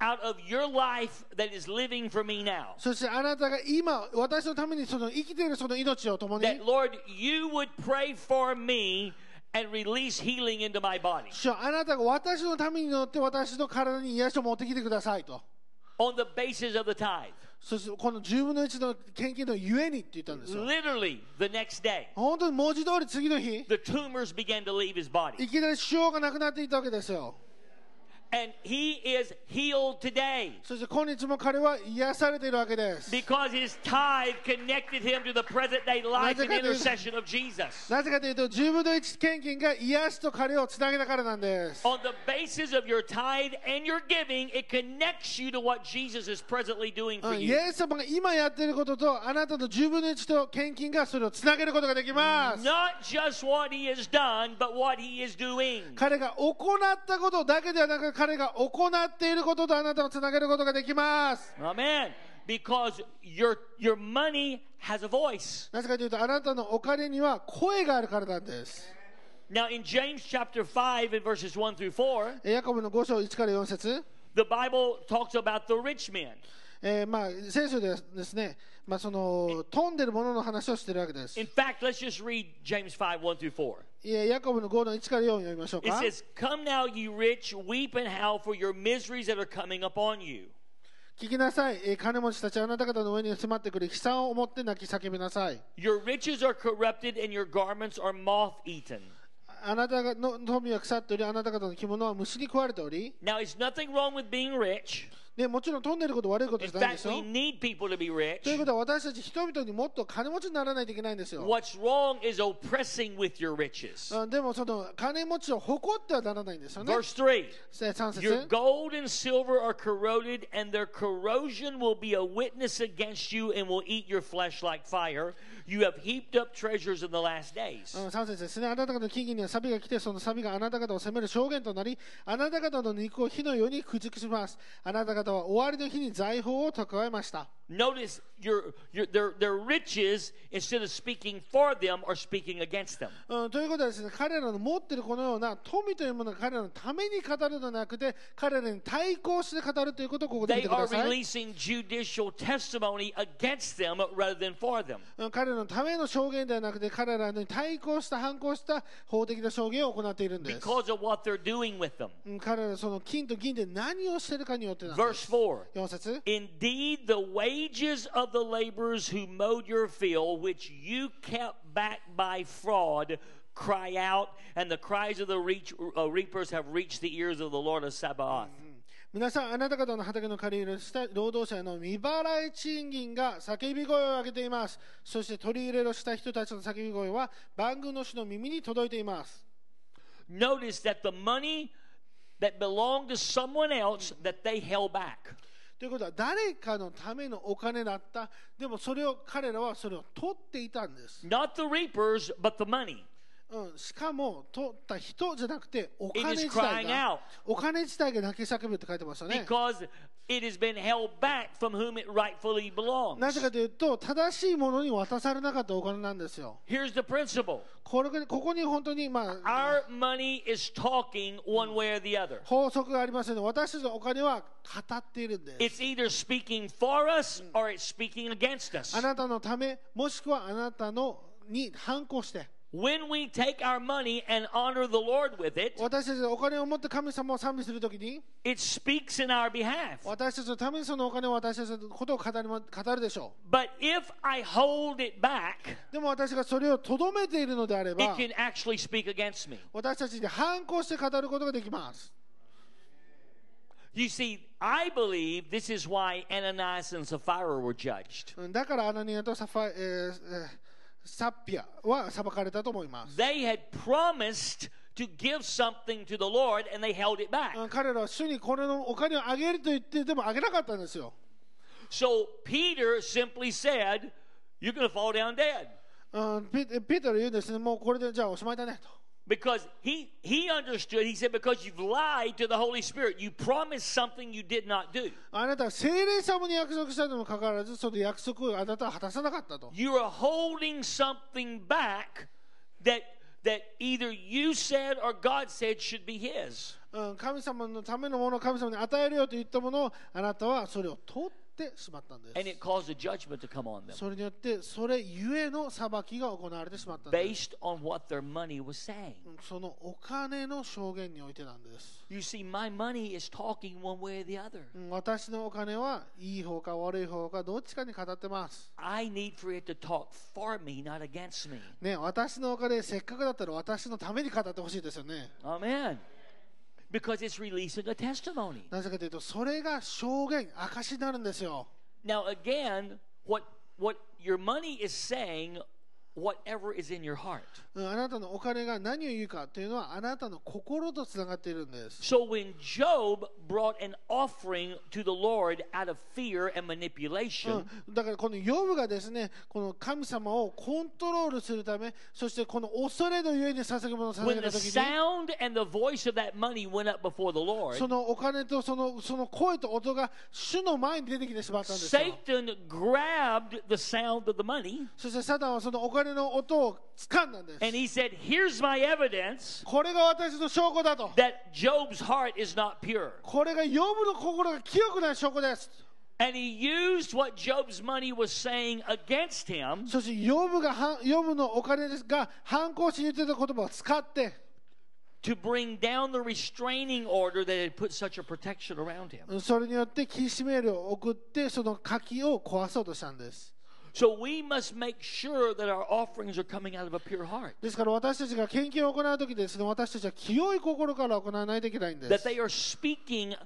Speaker 2: out of your life that is living for me now
Speaker 3: そしてあなたが今、私のためにその生きているその命を共に、
Speaker 2: that, Lord, you would pray for me and release healing into my body.
Speaker 3: 主よあなたが私のために乗って私の体に癒しを持ってきてくださいと。
Speaker 2: on the basis of the tithe.
Speaker 3: そしてこの10分の1の献金のゆえにって言ったんですよ。
Speaker 2: Literally, the next day,
Speaker 3: 本当に文字通り次の日、
Speaker 2: the tumors began to leave his body.
Speaker 3: いきなり腫瘍がなくなっていたわけですよ。
Speaker 2: And he is healed today
Speaker 3: そして今日も彼は癒されているわけです。
Speaker 2: because his tithe connected him to the present day life and intercession of Jesus.
Speaker 3: なぜかというと、10分の1献金が癒しと彼をつなげたからなんです。
Speaker 2: On the basis of your tithe and your giving, it connects you to what Jesus is presently doing
Speaker 3: う
Speaker 2: for
Speaker 3: んイ
Speaker 2: you.
Speaker 3: エス様が今やっていることと、あなたの10分の1と献金がそれをつなげることができます。
Speaker 2: Not just what he has done, but what he is doing.
Speaker 3: 彼が行ったことだけではなく、彼が行っていることとあなたをつなげることができます。
Speaker 2: Amen. Because your your money has a voice.
Speaker 3: なぜかというと、あなたのお金には声があるからなんです。
Speaker 2: Now, in James chapter 5 and verses 1 through 4,
Speaker 3: えヤコブの5章1から4節
Speaker 2: the Bible talks about the rich man.
Speaker 3: えーまあ、聖書ではですね、まあ、その、飛んでるものの話をしているわけです。
Speaker 2: In fact, let's just read James 5 1 through 4.
Speaker 3: えヤコブの5の1から4を読みましょう
Speaker 2: It
Speaker 3: か。
Speaker 2: says, Come now, ye rich, weep and howl for your miseries that are coming upon you.
Speaker 3: 聞きなさい、えー金持ちたちあなた方の上に迫ってくる悲惨を思って泣き叫びなさい
Speaker 2: Your riches are corrupted, and your garments are moth eaten.
Speaker 3: あなたの富は腐っておりあなた方の着物は虫に食われており、
Speaker 2: Now, it's nothing wrong with being rich.
Speaker 3: ね、もちろん飛んでること悪いこと
Speaker 2: In
Speaker 3: じゃないで
Speaker 2: fact,
Speaker 3: すよ
Speaker 2: we need people to be
Speaker 3: とい
Speaker 2: rich.
Speaker 3: うことは私たち人々にもっと金持ちにならないといけないんですよ
Speaker 2: What's wrong is oppressing with your riches.
Speaker 3: うんでもその金持ちを誇ってはならないんですよね
Speaker 2: Verse 3.
Speaker 3: えー3
Speaker 2: Your
Speaker 3: 節
Speaker 2: gold and silver are corroded, and their corrosion will be a witness against you and will eat your flesh like fire. You have heaped up treasures in the last days.
Speaker 3: うん3節ですねあなた方の木々には錆が来てその錆があなた方を責める証言となりあなた方の肉を火のように駆逐しますあなた方は終わりの日に財宝を蓄えました
Speaker 2: Notice your, your their, their riches, instead of speaking for them, are speaking against them.
Speaker 3: うん、ということはですね彼らの持っているこのような富というものが彼らのために語るのではなくて彼らに対抗して語るということをここで見
Speaker 2: They
Speaker 3: てくだ
Speaker 2: are
Speaker 3: さい、
Speaker 2: releasing judicial testimony against them rather than for them.
Speaker 3: うん、彼らのための証言ではなくて彼らに対抗した反抗した法的な証言を行っているんです、
Speaker 2: Because of what they're doing with them.
Speaker 3: うん、彼らのその金と銀で何をしているかによってなんで
Speaker 2: Verse
Speaker 3: す
Speaker 2: 4.
Speaker 3: 4節
Speaker 2: Indeed, the wages of the laborers who mowed your field, which you kept back by fraud, cry out, and the cries of the reach, uh, reapers have reached the ears of the Lord of Sabaoth.
Speaker 3: 皆さん、あなた方の畑の借り入れした労働者への未払い賃金が叫び声を上げています。そして取り入れをした人たちの叫び声は番組の主の耳に届いています。
Speaker 2: Notice that the money that belonged to someone else that they held back.
Speaker 3: ということは誰かのためのお金だった。でもそれを彼らはそれを取っていたんです。
Speaker 2: Not the reapers, but the money.
Speaker 3: うん、しかも取った人じゃなくてお
Speaker 2: It
Speaker 3: 金
Speaker 2: is
Speaker 3: 自体
Speaker 2: crying
Speaker 3: が
Speaker 2: out
Speaker 3: お金自体が泣き叫ぶって書いてましたね。
Speaker 2: because it has been held back from whom it rightfully
Speaker 3: な
Speaker 2: belongs.
Speaker 3: ぜかというと正しいものに渡されなかったお金なんですよ。
Speaker 2: Here's the principle
Speaker 3: これがここに本当にまあ
Speaker 2: our money is talking one way or the other.
Speaker 3: 法則がありますよね。私たちのお金は語っているんです。
Speaker 2: It's either speaking for us or it's speaking against us.
Speaker 3: あなたのためもしくはあなたのに反抗して
Speaker 2: When we take our money and honor the Lord with it,
Speaker 3: 私たちのお金を持って神様を賛美するときに
Speaker 2: it speaks in our behalf.
Speaker 3: 私たちのためにそのお金を私たちのことを語りま語るでしょ
Speaker 2: But if I hold it back,
Speaker 3: う。でも私がそれをとどめているのであれ
Speaker 2: it
Speaker 3: ば
Speaker 2: can actually speak against me.
Speaker 3: 私たちで反抗して語ることができます。
Speaker 2: You see, I believe this is why Ananias and Sapphira were judged.
Speaker 3: うんだからアナニアとサファ、えーえーサッピアは裁かれたと思います。
Speaker 2: They had promised to give something to the Lord and they held it back.
Speaker 3: うん彼らは主にこれのお金をあげると言ってでもあげなかったんですよ。
Speaker 2: So Peter simply said, You're going to fall down dead.
Speaker 3: うんピピテロ言うんですね、もうこれでじゃあおしまいだねと。
Speaker 2: Because he, he understood, he said, Because you've lied to the Holy Spirit. You promised something you did not do.
Speaker 3: あなたは聖霊様に約束したにもかかわらず、その約束をあなたは果たさなかったと。
Speaker 2: You are holding something back that, that either you said or God said should be His.
Speaker 3: うん、神様のためのものを神様に与えるよと言ったものをあなたはそれを取ってしまったんで
Speaker 2: And it
Speaker 3: す。
Speaker 2: caused a judgment to come on them
Speaker 3: それによって、それゆえの裁きが行われてしまったんです。
Speaker 2: based on what their money was saying.
Speaker 3: うんそのお金の証言においてなんです。
Speaker 2: You see, my money is talking one way or the other.
Speaker 3: うん私のお金はいい方か悪い方かどっちかに語ってます。
Speaker 2: I need for it to talk for me, not against me.
Speaker 3: ね、私のお金せっかくだったら私のために語ってほしいですよね。
Speaker 2: Amen. Because it's releasing a testimony.
Speaker 3: なぜかというとそれが証言証になるんですよ。
Speaker 2: Now, again, what what your money is saying, whatever is in your heart.
Speaker 3: うんあなたのお金が何を言うかというのはあなたの心とつながっているんです。
Speaker 2: So when Job brought an offering to the Lord out of fear and manipulation,
Speaker 3: うんだからこのヨブがですねこの神様をコントロールするためそしてこの恐れのゆえに捧げ物を捧
Speaker 2: when
Speaker 3: げた
Speaker 2: the
Speaker 3: 時に
Speaker 2: sound and the voice of that money went up before the Lord,
Speaker 3: そのお金とそのその声と音が主の前に出てきてしまったんですよ。
Speaker 2: Satan grabbed the sound of the money
Speaker 3: そしてサタンはそのお金の音を掴んだんです。
Speaker 2: and he said, "Here's my evidence
Speaker 3: これが私の証拠だと。
Speaker 2: that Job's heart is not pure."
Speaker 3: これがヨブの心が清くない証拠です。
Speaker 2: And he used what Job's money was saying against him
Speaker 3: そしてヨブがはヨブのお金ですが反抗しに言ってた言葉を使って、
Speaker 2: to bring down the restraining order that had put such a protection around him.
Speaker 3: それによって引き締めるを送ってその柿を壊そうとしたんです。
Speaker 2: So we must make sure that our offerings are coming out of a pure heart,
Speaker 3: ですから私たちが献金を行う時ですね私たちは清い心から行わないといけないんで
Speaker 2: that
Speaker 3: す。
Speaker 2: they are speaking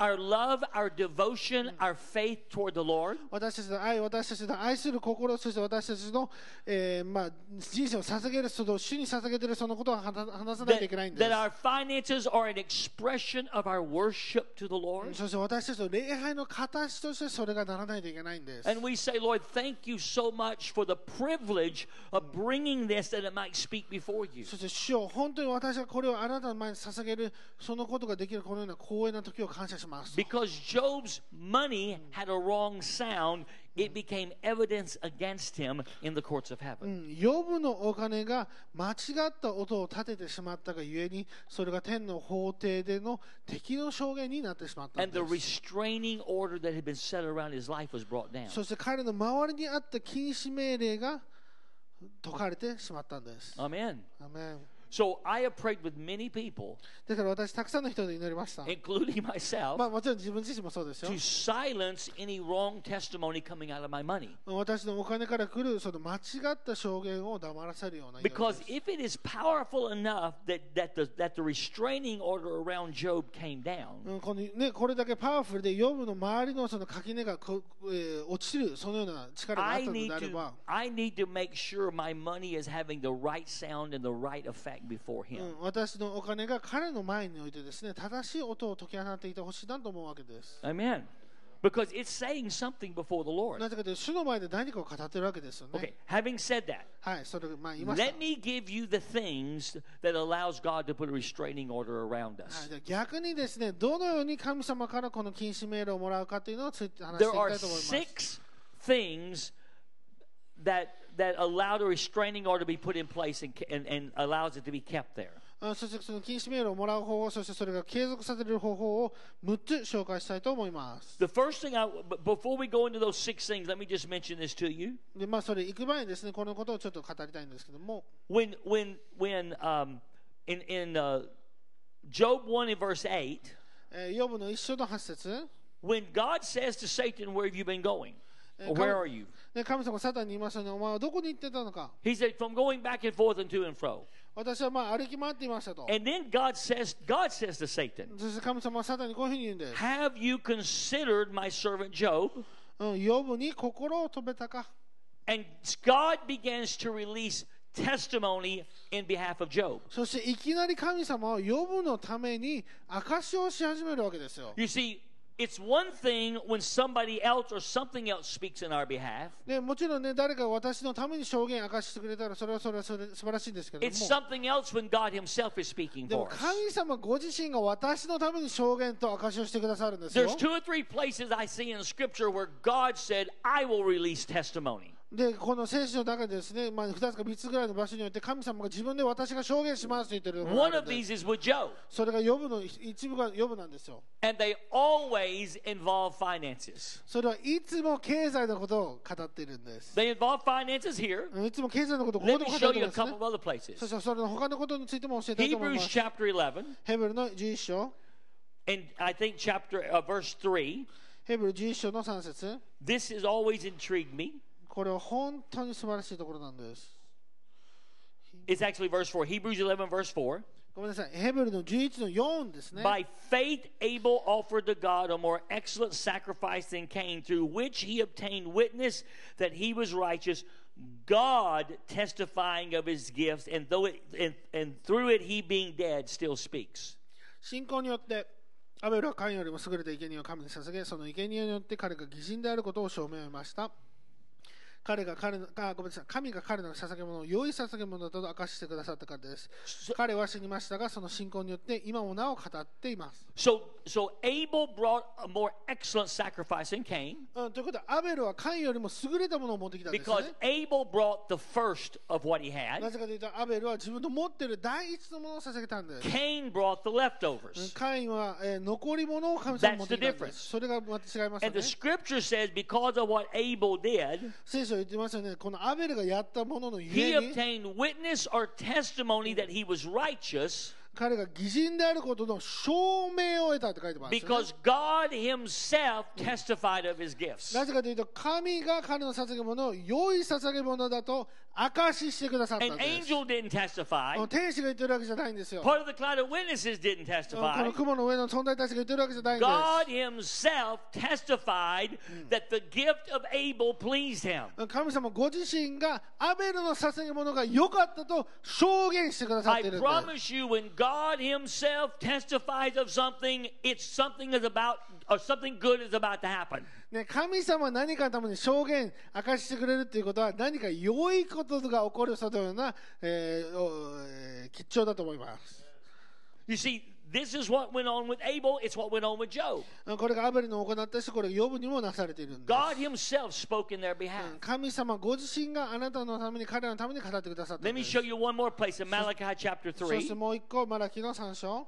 Speaker 2: our love, our devotion, our faith toward the Lord.
Speaker 3: 私たちの愛、私たちの愛する心、そして私たちの、えーまあ、人生を捧げる、その主に捧げているそのことを話話さない
Speaker 2: That,
Speaker 3: といけないんです
Speaker 2: that。our finances are an expression of our worship to the Lord.
Speaker 3: そして私たちの礼拝の形としてそれがならないといけないんです。
Speaker 2: And we say, Lord, thank you so much for the privilege of bringing this that it might speak before you.
Speaker 3: そして主よ本当に私はこれをあなたの前に捧げるそのことができるこのような光栄な時を感謝します。
Speaker 2: Because Job's money had a wrong sound, it became evidence against him in the courts of
Speaker 3: う
Speaker 2: heaven.
Speaker 3: んヨブのお金が間違った音を立ててしまったがゆえにそれが天の法廷での敵の証言になってしまったん
Speaker 2: And
Speaker 3: で
Speaker 2: the
Speaker 3: す。
Speaker 2: restraining order that had been set around his life was brought down.
Speaker 3: そして彼の周りにあった禁止命令が解かれてしまったんです。
Speaker 2: Amen.
Speaker 3: アメン
Speaker 2: So So I have prayed with many people,
Speaker 3: ですから私、たくさんの人で祈りました。
Speaker 2: including myself,
Speaker 3: まあ、もちろん自分自身もそうですよ
Speaker 2: to。silence any wrong testimony coming out of my money.
Speaker 3: 私のお金から来るその間違った証言を黙らせるような祈り
Speaker 2: Because
Speaker 3: です
Speaker 2: if it is powerful enough that, that, the, that the restraining order around Job came down,
Speaker 3: うんこのね、これだけパワフルで、ヨブの周りのその垣根がこ、えー落ちる、そのような力があっ
Speaker 2: I
Speaker 3: たので
Speaker 2: need
Speaker 3: あれ
Speaker 2: to
Speaker 3: ば、
Speaker 2: I need to make sure my money is having the right sound and the right effect before
Speaker 3: う
Speaker 2: him.
Speaker 3: ん、私のお金が彼の前においてですね、正しい音を解き放っていてほしいなと思うわけです。
Speaker 2: Amen. Because it's saying something before the Lord.
Speaker 3: なぜかというと、主の前で何かを語ってるわけですよね。
Speaker 2: Okay, having said that,
Speaker 3: はい、それ、まあ、言いました。
Speaker 2: let me give you the things that allows God to put a restraining order around
Speaker 3: は
Speaker 2: us.
Speaker 3: い、じゃあ逆にですね、どのように神様からこの禁止命令をもらうかというのをついて話してい
Speaker 2: There
Speaker 3: きた
Speaker 2: are
Speaker 3: いと思います。
Speaker 2: six things that that allowed a restraining order to be put in place and, ca- and, and allows it to be kept there.
Speaker 3: あそしてその禁止命令をもらう方法、そしてそれが継続させる方法を6つ紹介したいと思います。
Speaker 2: The first thing I b- before we go into those six things, let me just mention this to you.
Speaker 3: で、まあ、それ行く前にですね、このことをちょっと語りたいんですけども、
Speaker 2: When when when um in in uh, Job one in verse eight,
Speaker 3: えー、ヨブの一章の8節
Speaker 2: when God says to Satan, "Where have you been going? Or
Speaker 3: come-
Speaker 2: where are you?"
Speaker 3: で神様、サタンに言いましたね、お前はどこに行ってたのか
Speaker 2: He said, "From going back and forth and to and fro."
Speaker 3: 私はまあ歩き回っていましたと。
Speaker 2: And then God says, God says to Satan,
Speaker 3: そして神様はサタンにこういうふうに言うんです。
Speaker 2: Have you considered my servant Job?
Speaker 3: うん、ヨブに心を止めたか。
Speaker 2: And God begins to release testimony in behalf of Job.
Speaker 3: そしていきなり神様はヨブのために証しをし始めるわけですよ。
Speaker 2: You see, it's one thing when somebody else or something else speaks in our behalf.
Speaker 3: でもちろんね、誰か私のために証言証ししてくれたら、それはそれはそれ素晴らしいんですけども
Speaker 2: It's。something else when God Himself is speaking
Speaker 3: でも
Speaker 2: for us.
Speaker 3: 神様ご自身が私のために証言と証しをしてくださるんですよ
Speaker 2: There's。two or three places I see in Scripture where God said, I will release testimony.
Speaker 3: で、この聖書の中でですね、まあ、2つか3つぐらいの場所によって神様が自分で私が証言しますと言ってるところがあ
Speaker 2: One
Speaker 3: る
Speaker 2: of
Speaker 3: んです。
Speaker 2: these is with Job,
Speaker 3: それが呼ぶの一部が呼ぶなんですよ。
Speaker 2: and they always involve finances.
Speaker 3: それはいつも経済のことを語っているんです。
Speaker 2: They involve finances here.
Speaker 3: いつも経済のことをここ
Speaker 2: Let
Speaker 3: で
Speaker 2: me
Speaker 3: も語って
Speaker 2: show
Speaker 3: い
Speaker 2: you a
Speaker 3: るんですね
Speaker 2: couple。of other
Speaker 3: そし
Speaker 2: places.
Speaker 3: てそれの他のことについても教えたいと思いま
Speaker 2: Hebrews
Speaker 3: す。
Speaker 2: chapter 11
Speaker 3: ヘブルの11章、
Speaker 2: and I think chapter uh, verse 3.
Speaker 3: ヘブル11章の3節
Speaker 2: This has always intrigued me.
Speaker 3: これは本当に素晴らしいところなんです。
Speaker 2: It's actually verse 4. Hebrews 11 verse 4.
Speaker 3: ごめんなさい、ヘブルの11の4ですね。
Speaker 2: By faith Abel offered to God a more excellent sacrifice than Cain, through which he obtained witness that he was righteous, God testifying of his gifts, and though it and, and through it he being dead still speaks.
Speaker 3: 信仰によってアベルはカインよりも優れた生贄を神に捧げその生贄によって彼が偽人であることを証明しました彼が彼のあごめんなさい神が彼の捧げ物を良い捧げ物だと証ししてくださったからです彼は死にましたがその信仰によって今もなお語っています、
Speaker 2: So so Abel brought a more excellent sacrifice than Cain.
Speaker 3: うん、ということはアベルはカインよりも優れたものを持ってきたんですね
Speaker 2: Because Abel brought the first of what he
Speaker 3: な
Speaker 2: had,
Speaker 3: ぜかというとアベルは自分の持っている第一のものを捧げたんです
Speaker 2: Cain brought the leftovers.
Speaker 3: カインは、えー残り物を神様に持ってきたん
Speaker 2: That's the
Speaker 3: で
Speaker 2: difference.
Speaker 3: すそれがまた違いますよ
Speaker 2: And the
Speaker 3: ね
Speaker 2: scripture says, because of what Abel did,
Speaker 3: 聖書は言ってますよねこのアベルがやったもののゆ
Speaker 2: he
Speaker 3: えに
Speaker 2: obtained witness or testimony that he was righteous
Speaker 3: 彼が偽人であることの証明を得たって書いてますよね、
Speaker 2: because God himself testified of his gifts.
Speaker 3: なぜかというと神が彼の捧げ物を良い捧げ物だと証ししてくださったん
Speaker 2: An
Speaker 3: です
Speaker 2: angel didn't
Speaker 3: あ
Speaker 2: testify.
Speaker 3: の天使が言ってるわけじゃないんですよこ
Speaker 2: Part of the cloud of witnesses didn't
Speaker 3: の
Speaker 2: testify.
Speaker 3: 雲の上の存在たちが言ってるわけじゃないんです
Speaker 2: God himself testified that the gift of Abel pleased him.
Speaker 3: 神様ご自身がアベルの捧げ物が良かったと証言してくださっ
Speaker 2: I
Speaker 3: ているんです
Speaker 2: promise you, when God Himself testifies of something, it's something is about or something good is about to happen.
Speaker 3: ね、神様は何かのために証言、明かしてくれるっていうことは、何か良いことが起こるそのような、えーおえー吉兆だと思います。
Speaker 2: You see, this is what went on with Abel. It's what went on with Job.
Speaker 3: これがアベルの行ったし、これがヨブにもなされているんです。
Speaker 2: God Himself spoke in their behalf.
Speaker 3: 神様ご自身があなたのために、彼らのために語ってくださったん
Speaker 2: Let me
Speaker 3: です。
Speaker 2: show you one more place in Malachi chapter
Speaker 3: そし
Speaker 2: three
Speaker 3: てもう一個、マラキの3章。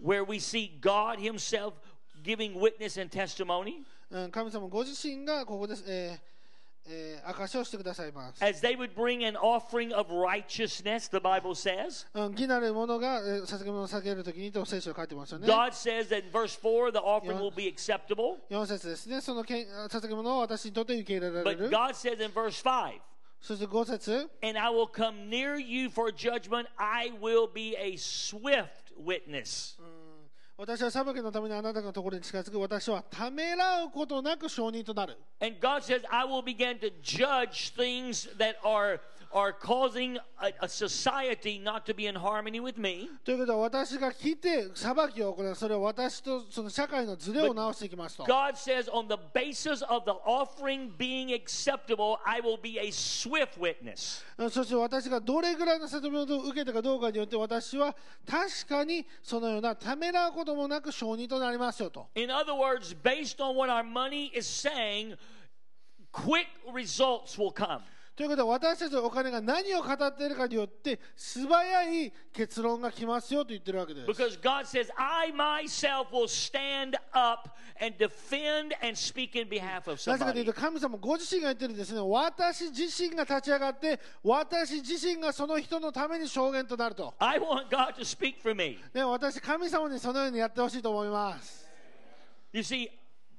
Speaker 2: where we see God Himself giving witness and testimony.
Speaker 3: うん神様ご自身がここです、えーえー証しをしてくださいます。
Speaker 2: As they would bring an offering of righteousness, the Bible says.
Speaker 3: うん、義なる者が、えー捧げ物を捧げるときにと聖書が書いてますよね。
Speaker 2: God says that in verse 4, the offering will be acceptable.
Speaker 3: 4節ですね、そのけん捧げ物を私にとって受け入れられ
Speaker 2: But
Speaker 3: る。
Speaker 2: God says in verse 5,
Speaker 3: そして5節
Speaker 2: and I will come near you for judgment. I will be a swift witness.
Speaker 3: 私は裁きのためにあなたのところに近づく。私はためらうことなく証人となる。
Speaker 2: And God says, I will begin to judge things that are, are causing a, a society not to be in harmony with me.
Speaker 3: ということは私が来て裁きを行う。それは私とその社会のズレを直していきますと。
Speaker 2: God says, on the basis of the offering being acceptable, I will be a swift witness.
Speaker 3: うんそして私がどれぐらいの説明を受けたかどうかによって私は確かにそのようなためらうこともなく証人となりますよと。
Speaker 2: In other words, based on what our money is saying, quick results will come.
Speaker 3: ということは私たちのお金が何を語っているかによって素早い結論が来ますよと言ってるわけです。
Speaker 2: Because God says, I myself will stand up and defend and speak in behalf of
Speaker 3: なぜかとい
Speaker 2: somebody.
Speaker 3: うと神様ご自身が言ってるんですね私自身が立ち上がって私自身がその人のために証言となると、
Speaker 2: I want God to speak for me.
Speaker 3: ね、私神様にそのようにやってほしいと思います
Speaker 2: You see,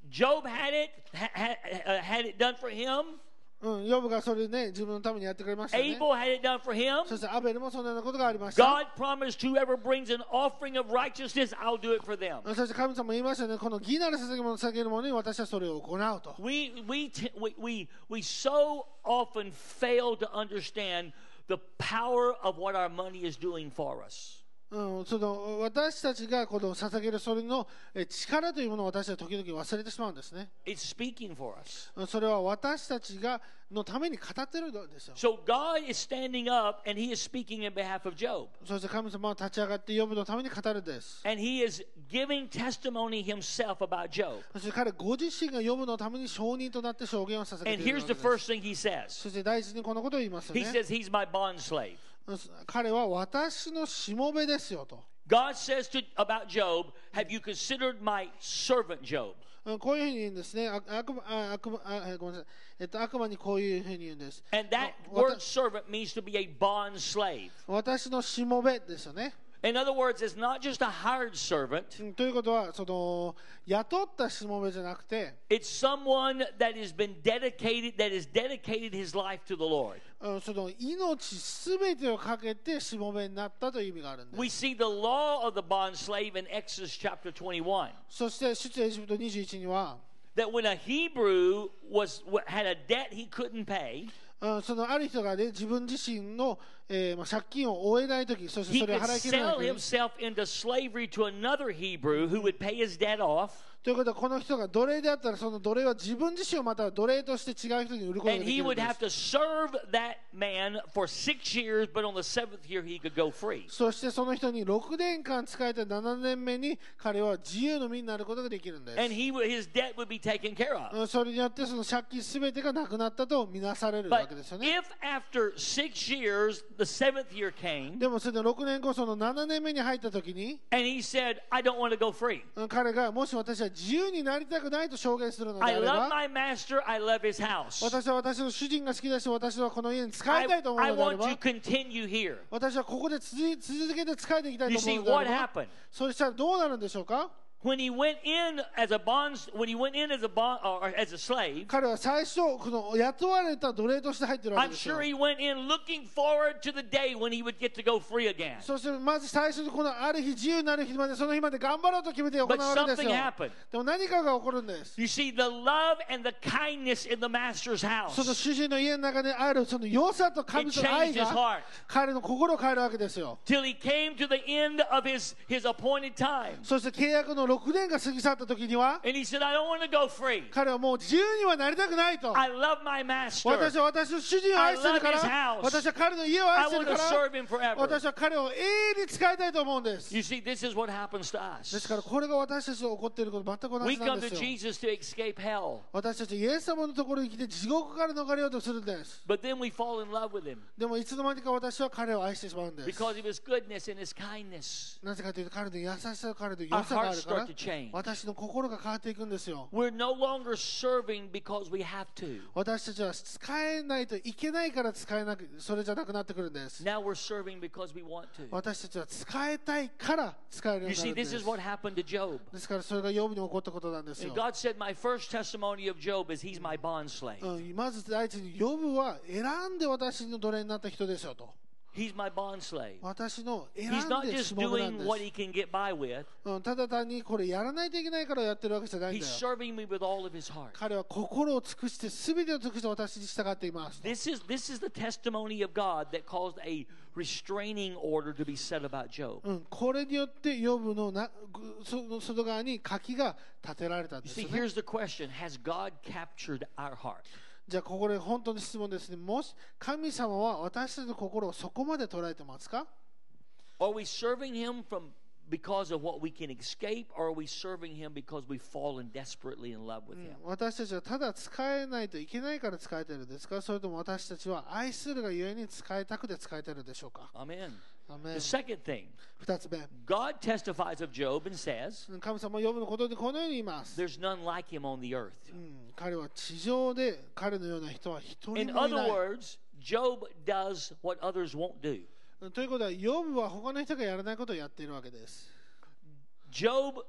Speaker 2: Job had it ha- ha- uh, had it done for him.
Speaker 3: うんヨブがそれね自分のためにやってくれましたよね
Speaker 2: Abel had it done for him.
Speaker 3: そしてアベルもそのようなことがありました
Speaker 2: God promised whoever brings an offering of righteousness, I'll do it for them.
Speaker 3: そして神様も言いましたねこの義なる捧げ物を捧げる者に私はそれを行うと
Speaker 2: We we t- we we we so often fail to understand the power of what our money is doing for us.
Speaker 3: うん、その私たちがこの捧げるそれのえ力というものを私は時々忘れてしまうんですね
Speaker 2: It's speaking for us.
Speaker 3: うんそれは私たちがのために語ってるんですよ
Speaker 2: So God is standing up and he is speaking in behalf of Job.
Speaker 3: そして神様は立ち上がって呼ぶのために語るんです。
Speaker 2: And he is giving testimony himself about Job.
Speaker 3: そして彼ご自身が呼ぶのために証人となって証言を捧げ
Speaker 2: And
Speaker 3: ている
Speaker 2: here's
Speaker 3: わ
Speaker 2: the
Speaker 3: けです。
Speaker 2: first thing he says.
Speaker 3: そして第一にこのことを言いますよ
Speaker 2: He
Speaker 3: ね。
Speaker 2: says he's my bond slave.
Speaker 3: 彼は私のしもべですよと。
Speaker 2: God says to about Job, "Have you considered my servant Job?"
Speaker 3: うんこういうふうに言うんですね。あ悪魔あ悪魔あえごめんなさい。えっと、悪魔にこういうふうに言うんです。
Speaker 2: And that
Speaker 3: あわ
Speaker 2: word
Speaker 3: た
Speaker 2: servant means to be a bond slave.
Speaker 3: 私のしもべですよね。
Speaker 2: In other words, it's not just a hired servant.
Speaker 3: うんということは、その雇ったしもべじゃなくて、
Speaker 2: It's someone that has been dedicated that has dedicated his life to the Lord.
Speaker 3: うんその命すべてをかけてしもべになったという意味があるんです。
Speaker 2: We see the law of the bond slave in Exodus chapter 21.
Speaker 3: そして出エジプト21には、
Speaker 2: That when a Hebrew was had a debt he couldn't pay,
Speaker 3: うんそのある人がね自分自身の、えーまあ、借金を負えないとき、そして
Speaker 2: he
Speaker 3: それを
Speaker 2: could
Speaker 3: 払い切れない
Speaker 2: sell
Speaker 3: とき
Speaker 2: himself into slavery to another Hebrew who would pay his debt off.
Speaker 3: ということは、この人が奴隷であったら、その奴隷は自分自身をまたは奴隷として違う人に売ることが
Speaker 2: And
Speaker 3: でき
Speaker 2: he
Speaker 3: るん
Speaker 2: would
Speaker 3: で
Speaker 2: have
Speaker 3: す。
Speaker 2: to serve that man for six years, but on the seventh year he could go free.
Speaker 3: そしてその人に6年間使えた7年目に彼は自由の身になることができるんです。
Speaker 2: And he would, his debt would be taken care of.
Speaker 3: うんそれによってその借金すべてがなくなったとみなされるわ
Speaker 2: But
Speaker 3: けですよね。
Speaker 2: if after six years the seventh year came
Speaker 3: でもそれで6年後、その7年目に入ったときに、
Speaker 2: and he said, I don't want to go free.
Speaker 3: うん彼がもし私は自由になりたくないと証言するのであ
Speaker 2: I
Speaker 3: れば
Speaker 2: love、my master, I love his house.
Speaker 3: 私は私の主人が好きだし、私はこの家に使
Speaker 2: I,
Speaker 3: いたいと思う
Speaker 2: I
Speaker 3: のであれ
Speaker 2: want to
Speaker 3: ば、
Speaker 2: continue here.
Speaker 3: 私はここで続い続けて使えていきたい
Speaker 2: You
Speaker 3: と思う
Speaker 2: see
Speaker 3: のであ
Speaker 2: what
Speaker 3: れば、
Speaker 2: happened?
Speaker 3: そしたらどうなるんでしょうか
Speaker 2: When he went in as a bond when he went in as a bond or as a slave,
Speaker 3: 彼は最初、この雇われた奴隷として入ってるわけ
Speaker 2: I'm
Speaker 3: ですよ
Speaker 2: sure。he went in looking forward to the day when he would get to go free again.
Speaker 3: そしてまず最初にこのある日自由になる日までその日まで頑張ろうと決めて行わ
Speaker 2: But
Speaker 3: れるんです
Speaker 2: something
Speaker 3: よ。
Speaker 2: happened.
Speaker 3: でも何かが起こるんです。
Speaker 2: You see, the love and the kindness in the master's
Speaker 3: その
Speaker 2: house
Speaker 3: 主人の家の中であるその良さと
Speaker 2: it
Speaker 3: 神との愛
Speaker 2: changed his
Speaker 3: が
Speaker 2: heart
Speaker 3: 彼の心を変えるわけですよ。
Speaker 2: till he came to the end of his his appointed time.
Speaker 3: そして契約の6年が過ぎ去った時には
Speaker 2: And he said, "I don't want to go free.
Speaker 3: 彼はもう自由にはなりたくないと。
Speaker 2: I love my master.
Speaker 3: 私は私の主人を愛してるか
Speaker 2: I love
Speaker 3: ら
Speaker 2: his house.
Speaker 3: 私は彼の家を
Speaker 2: I
Speaker 3: 愛してる
Speaker 2: want
Speaker 3: か
Speaker 2: to
Speaker 3: ら
Speaker 2: serve him forever."
Speaker 3: 私は彼を永遠に使いたいと思うんです
Speaker 2: You see, this is what happens to
Speaker 3: です
Speaker 2: us.
Speaker 3: からこれが私たちの起こっていること全く同
Speaker 2: We
Speaker 3: じな
Speaker 2: come
Speaker 3: ん
Speaker 2: to
Speaker 3: ですよ
Speaker 2: Jesus to escape hell,
Speaker 3: 私たちイエス様のところに来て地獄から逃れようとするんです
Speaker 2: but then we fall in love with him
Speaker 3: でもいつの間にか私は彼を愛してしまうんです
Speaker 2: because of his goodness and his kindness.
Speaker 3: なぜかというと彼の優しさと彼の
Speaker 2: Our
Speaker 3: 良さがあ
Speaker 2: heart
Speaker 3: るからら
Speaker 2: start to change.
Speaker 3: 私の心が変わっていくんですよ
Speaker 2: We're no longer serving because we have to.
Speaker 3: 私たちは使えないといけないから使えなくそれじゃなくなってくるんです
Speaker 2: Now we're serving because we want to.
Speaker 3: 私たちは使いたいから使えるよう
Speaker 2: You
Speaker 3: にな
Speaker 2: see,
Speaker 3: るんで
Speaker 2: this
Speaker 3: す
Speaker 2: is what happened to Job.
Speaker 3: ですからそれがヨブに起こったことなんです
Speaker 2: And
Speaker 3: よ、
Speaker 2: God said, My first testimony of Job is he's my bondslave.
Speaker 3: うん、まず第一にヨブは選んで私の奴隷になった人ですよと
Speaker 2: He's my bondslave.
Speaker 3: 私の選
Speaker 2: He's
Speaker 3: ん
Speaker 2: not
Speaker 3: でし
Speaker 2: just
Speaker 3: もべなん
Speaker 2: doing
Speaker 3: で
Speaker 2: what
Speaker 3: す
Speaker 2: he can get by with,
Speaker 3: うん、ただ単にこれやらないといけないからやってるわけじゃないん
Speaker 2: he's
Speaker 3: だよ。
Speaker 2: serving me with all of his heart.
Speaker 3: 彼は心を尽くして全てを尽くして私に従っています。
Speaker 2: This is, this is the testimony of God that caused a restraining order to be set about Job.
Speaker 3: うん、これによってヨブのなぐその外側に柿が立てられたんで
Speaker 2: You
Speaker 3: す
Speaker 2: see,
Speaker 3: よ、ね。
Speaker 2: here's the question Has God captured our heart?
Speaker 3: じゃあここで本当に質問ですね。もし神様は私たちの心をそこまで捉えてますか
Speaker 2: Are we serving him from because of what we can escape, or are we serving him because we've fallen desperately in love with him?
Speaker 3: 私たちはただ使えないといけないから使えてるんですかそれとも私たちは愛するがゆえに使いたくて使えてるんでしょうか
Speaker 2: Mm. Amen.
Speaker 3: アメ
Speaker 2: The
Speaker 3: ン
Speaker 2: second thing,
Speaker 3: 二つ目。
Speaker 2: God testifies of Job and says,
Speaker 3: うん神様はヨブのことでこのように言います。
Speaker 2: There's none like him on the earth.
Speaker 3: うん彼は地上で彼のような人は一人もい
Speaker 2: In
Speaker 3: ない。
Speaker 2: other words, Job does what others won't do.
Speaker 3: ということは、ヨブは他の人がやらないことをやっているわけです。
Speaker 2: Job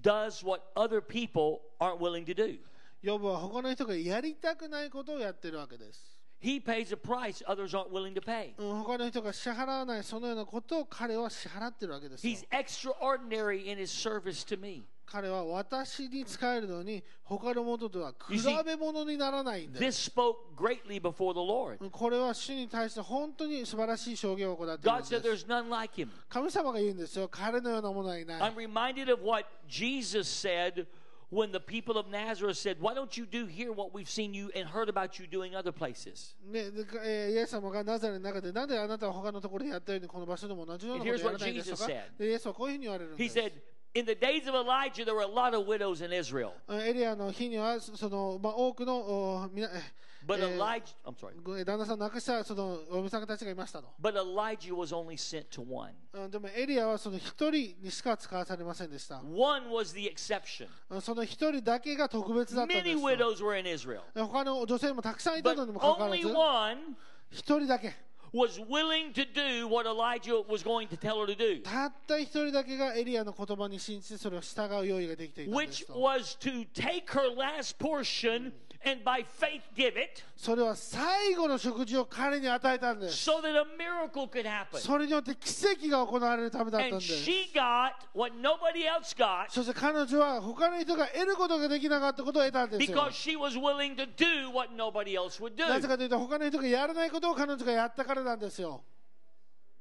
Speaker 2: does what other people aren't willing to do.
Speaker 3: ヨブは他の人がやりたくないことをやっているわけです。
Speaker 2: He pays a price others aren't willing to pay.
Speaker 3: うん他の人が支払わないそのようなことを彼は支払っているわけですよ
Speaker 2: He's extraordinary in his service to me.
Speaker 3: 彼は私に使えるのに他のものとは比
Speaker 2: You see-
Speaker 3: べ物にならないんです。
Speaker 2: This spoke greatly before the Lord.
Speaker 3: うんこれは主に対して本当に素晴らしい証言を行っているん
Speaker 2: God said
Speaker 3: です
Speaker 2: there's none like him.
Speaker 3: 神様が言うんですよ。彼のようなものはいない。
Speaker 2: I'm reminded of what Jesus said when the people of Nazareth said, Why don't you do here what we've seen you and heard about you doing other places?
Speaker 3: ねでかえーイエス様がナザレの中で、なんであなたは他のところでやったように、この場所でも同じようなこと
Speaker 2: Here's
Speaker 3: をや
Speaker 2: what
Speaker 3: らないんでしょうか
Speaker 2: Jesus said.
Speaker 3: でイエスはこういうふうに言われるん
Speaker 2: He
Speaker 3: です。
Speaker 2: said, In the days of Elijah, there were a lot of widows in Israel.
Speaker 3: うんエリアの日には、そそのまあ、多くのおみな え
Speaker 2: But
Speaker 3: えー
Speaker 2: Elijah, I'm sorry,
Speaker 3: ごえ旦那さんを亡くしたそのお嫁さんたちがいましたの。
Speaker 2: but Elijah was only sent to one.
Speaker 3: うんでもエリアはその一人にしか使わされませんでした。
Speaker 2: One was the exception.
Speaker 3: うんその一人だけが特別だったんで
Speaker 2: Many
Speaker 3: すよ。
Speaker 2: widows were in Israel,
Speaker 3: 他の女性もたくさんいた
Speaker 2: but
Speaker 3: のにもかかわら
Speaker 2: only
Speaker 3: ず、
Speaker 2: one
Speaker 3: 一人だけ、
Speaker 2: was willing to do what Elijah was going to tell her to do,
Speaker 3: たった一人だけがエリアの言葉に信じてそれを従う用意ができていたんです
Speaker 2: which
Speaker 3: と。
Speaker 2: was to take her last portion and by faith give it
Speaker 3: それは最後の食事を彼に与えたんです。
Speaker 2: so that a miracle could happen.
Speaker 3: それによって奇跡が行われるためだったんで
Speaker 2: And
Speaker 3: す。
Speaker 2: she got what nobody else got
Speaker 3: そして彼女は他の人が得ることができなかったことを得たんですよ
Speaker 2: because。she was willing to do what nobody else would do.
Speaker 3: なぜかというと他の人がやらないことを彼女がやったからなんですよ。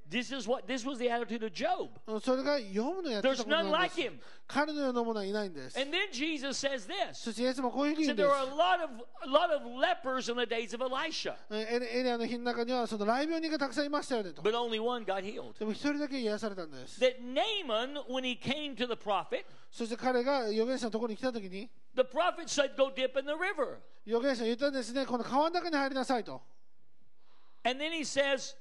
Speaker 2: This is what this was the attitude of Job.
Speaker 3: それが読むのやってた
Speaker 2: There's
Speaker 3: ことな
Speaker 2: none
Speaker 3: んで
Speaker 2: like
Speaker 3: す
Speaker 2: him.。
Speaker 3: 彼のようなものはいないんです。
Speaker 2: And then Jesus says this.
Speaker 3: そしてイエスもこういうふうに
Speaker 2: He
Speaker 3: 言う
Speaker 2: said
Speaker 3: ん
Speaker 2: there
Speaker 3: で
Speaker 2: were
Speaker 3: す
Speaker 2: a lot of a lot of lepers in the days of Elisha,
Speaker 3: えエリエリアの日の中にはその雷病人がたくさんいましたよねと。
Speaker 2: but only one got healed.
Speaker 3: でも一人だけ癒されたんです。
Speaker 2: That Naaman, when he came to the prophet,
Speaker 3: そして彼が預言者のところに来たときに、
Speaker 2: the prophet said, "Go dip in the river."
Speaker 3: 預言者言ったんですね、この川の中に入りなさいと。
Speaker 2: And then he says,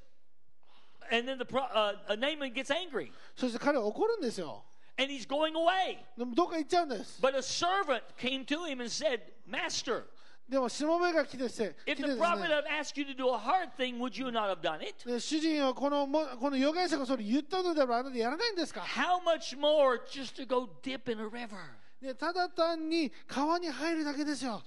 Speaker 2: and then the pro, uh, uh, Naaman gets angry
Speaker 3: そして彼は怒るんですよ。
Speaker 2: and he's going away.
Speaker 3: でもどっか行っちゃうんです。
Speaker 2: But a servant came to him and said, "Master,
Speaker 3: でもしもべが来てして、来
Speaker 2: if
Speaker 3: てで
Speaker 2: the
Speaker 3: す
Speaker 2: prophet
Speaker 3: ね
Speaker 2: had asked you to do a hard thing, would you not have done it?
Speaker 3: で主人はこのもこの預言者がそれ言ったのであればあなたやらないんですか、
Speaker 2: How much more just to go dip in a river?"
Speaker 3: ね、ただ単に川に入るだけですよ。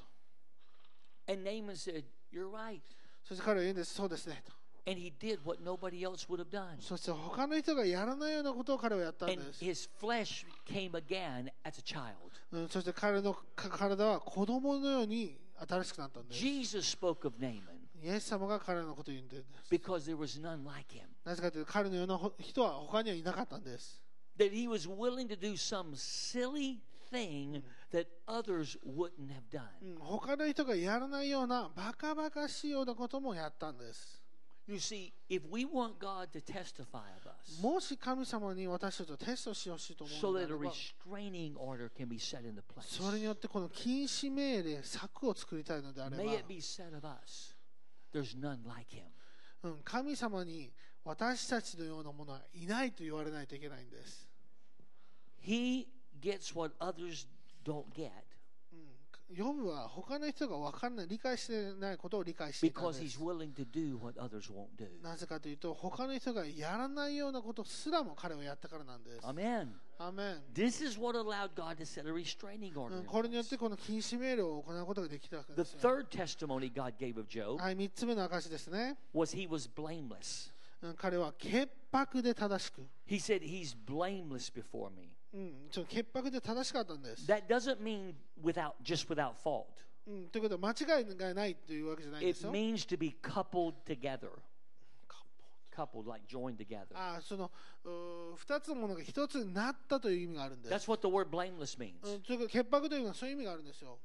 Speaker 2: And Naaman said, "You're right."
Speaker 3: そして彼は言うんです、そうですねと。
Speaker 2: And he did what nobody else would have done.
Speaker 3: そして他の人がやらないようなことを彼はやったん
Speaker 2: And
Speaker 3: です。
Speaker 2: his flesh came again as a child.
Speaker 3: うん、そして彼のか体は子供のように新しくなったんです。イ
Speaker 2: Jesus spoke of Naaman
Speaker 3: エス様が彼のことを言うんです。
Speaker 2: because there was none like him.
Speaker 3: なぜかというと彼のようなほ人は他にはいなかったんです。
Speaker 2: That he was willing to do some silly thing that others wouldn't have
Speaker 3: う
Speaker 2: done.
Speaker 3: ん、他の人がやらないようなバカバカしいようなこともやったんです。
Speaker 2: You see, if we want God to testify of us
Speaker 3: もし神様に私たちをテストしてほしいと思う
Speaker 2: so
Speaker 3: のであ
Speaker 2: that
Speaker 3: れ
Speaker 2: a
Speaker 3: ば
Speaker 2: restraining order can be set into place,
Speaker 3: それによってこの禁止命令、策を作りたいのであれば
Speaker 2: may、it be said of us, there's none like him.
Speaker 3: うん、神様に私たちのようなものはいないと言われないといけないんです。
Speaker 2: He gets what others don't get
Speaker 3: ヨブは他の人が分かんない、理解してないことを理解していたん
Speaker 2: because
Speaker 3: で
Speaker 2: he's
Speaker 3: す。
Speaker 2: willing to do what others won't do.
Speaker 3: なぜかというと、他の人がやらないようなことすらも彼はやったからなんです。
Speaker 2: Amen.
Speaker 3: アメン。
Speaker 2: This is what allowed God to set a restraining
Speaker 3: う
Speaker 2: order.
Speaker 3: ん
Speaker 2: in
Speaker 3: これによっ
Speaker 2: place.
Speaker 3: てこの禁止命令を行うことができたわけ
Speaker 2: The
Speaker 3: ですよ。
Speaker 2: third testimony God gave of Job
Speaker 3: はい、3つ目の証ですね。
Speaker 2: was he was blameless.
Speaker 3: うん彼は潔白で正しく、
Speaker 2: He said, He's blameless before me.
Speaker 3: うん、ちょ潔白で正しかったんです。
Speaker 2: That doesn't mean without just without fault.
Speaker 3: うん、ということは間違いがないというわけじゃないんです
Speaker 2: It
Speaker 3: よ。
Speaker 2: means to be coupled together. Coupled, like joined together.
Speaker 3: ああそのうー二つのものが一つになったという意味があるんです。
Speaker 2: That's what the word blameless means.
Speaker 3: うん、ということ潔白というのはそういう意味があるんですよ。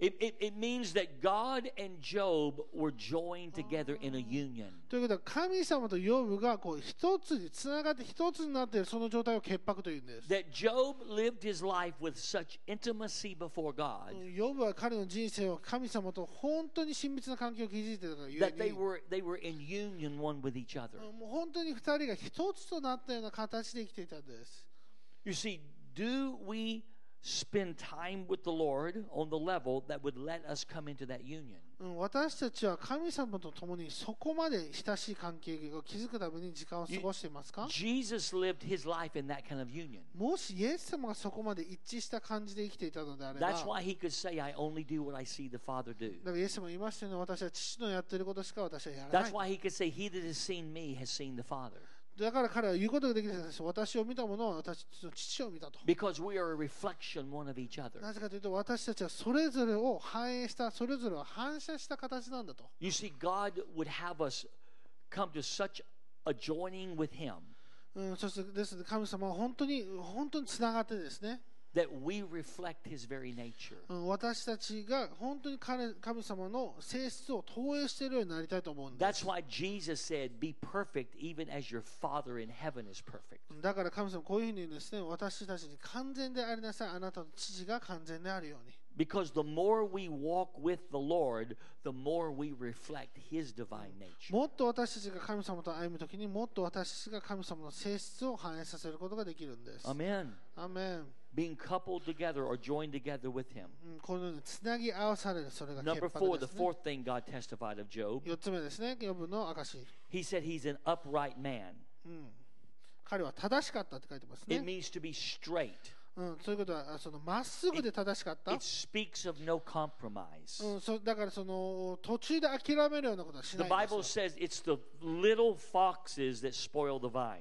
Speaker 2: It, it, it means that God and Job were joined together in a union.
Speaker 3: ということは神様とヨブがこう一つにつながって一つになっているその状態を潔白というんです。
Speaker 2: That Job lived his life with such intimacy before God
Speaker 3: うんヨブは彼の人生を神様と本当に親密な関係を築いていたからゆえ
Speaker 2: that they
Speaker 3: に、
Speaker 2: were, they were in union one with each other.
Speaker 3: うんもう本当に二人が一つとなったような形で生きていたんです。
Speaker 2: You see, do we spend time with the Lord on the level that would let us come into that union?
Speaker 3: うん私たちは神様と共にそこまで親しい関係を築くために時間を過ごしていますか
Speaker 2: Jesus lived his life in that kind of union.
Speaker 3: もしイエス様がそこまで一致した感じで生きていたのであれば、だ
Speaker 2: That's
Speaker 3: か
Speaker 2: why he could say, I only do what I see the Father do.
Speaker 3: らイエス様は言いましたよね、私は父のやっていることしか私はやらな
Speaker 2: That's
Speaker 3: い。
Speaker 2: why he could say, He that has seen me has seen the Father.
Speaker 3: だから彼は言うことができないです。私を見たものは私の父を見たと。
Speaker 2: Because we are a reflection one of each other.
Speaker 3: なぜかというと、私たちはそれぞれを反映した、それぞれを反射した形なんだと。
Speaker 2: You see, God would have us come to such a joining with him
Speaker 3: うん、そしてですね、神様は本当に、本当につながってですね、
Speaker 2: that we reflect his very nature.
Speaker 3: うん私たちが本当に彼神様の性質を投影しているようになりたいと思うんです。
Speaker 2: That's why Jesus said, Be perfect even as your Father in heaven is perfect.
Speaker 3: だから神様こういうふうに言うんですね私たちに完全でありなさいあなたの父が完全であるように
Speaker 2: Because the more we walk with the Lord, the more we reflect His divine nature.
Speaker 3: もっと私たちが神様と歩むときにもっと私たちが神様の性質を反映させることができるんです
Speaker 2: Amen.
Speaker 3: アメン、
Speaker 2: Being coupled together or joined together with Him.
Speaker 3: うん、このようにつなぎ合わされるそれが潔
Speaker 2: Number
Speaker 3: 白
Speaker 2: four,
Speaker 3: で
Speaker 2: the
Speaker 3: す、ね、
Speaker 2: fourth thing God testified of Job,
Speaker 3: 4つ目ですね予分の証、
Speaker 2: He said He's an upright man.
Speaker 3: うん、彼は正しかったって書いてます
Speaker 2: It
Speaker 3: ね、
Speaker 2: means to be straight,
Speaker 3: うん、そういうことはあそのまっすぐで正しかった、
Speaker 2: it speaks of no compromise.
Speaker 3: うん、そだからその途中で諦めるようなことはし
Speaker 2: The
Speaker 3: ないんですよ
Speaker 2: Bible says it's the little foxes that spoil the vine.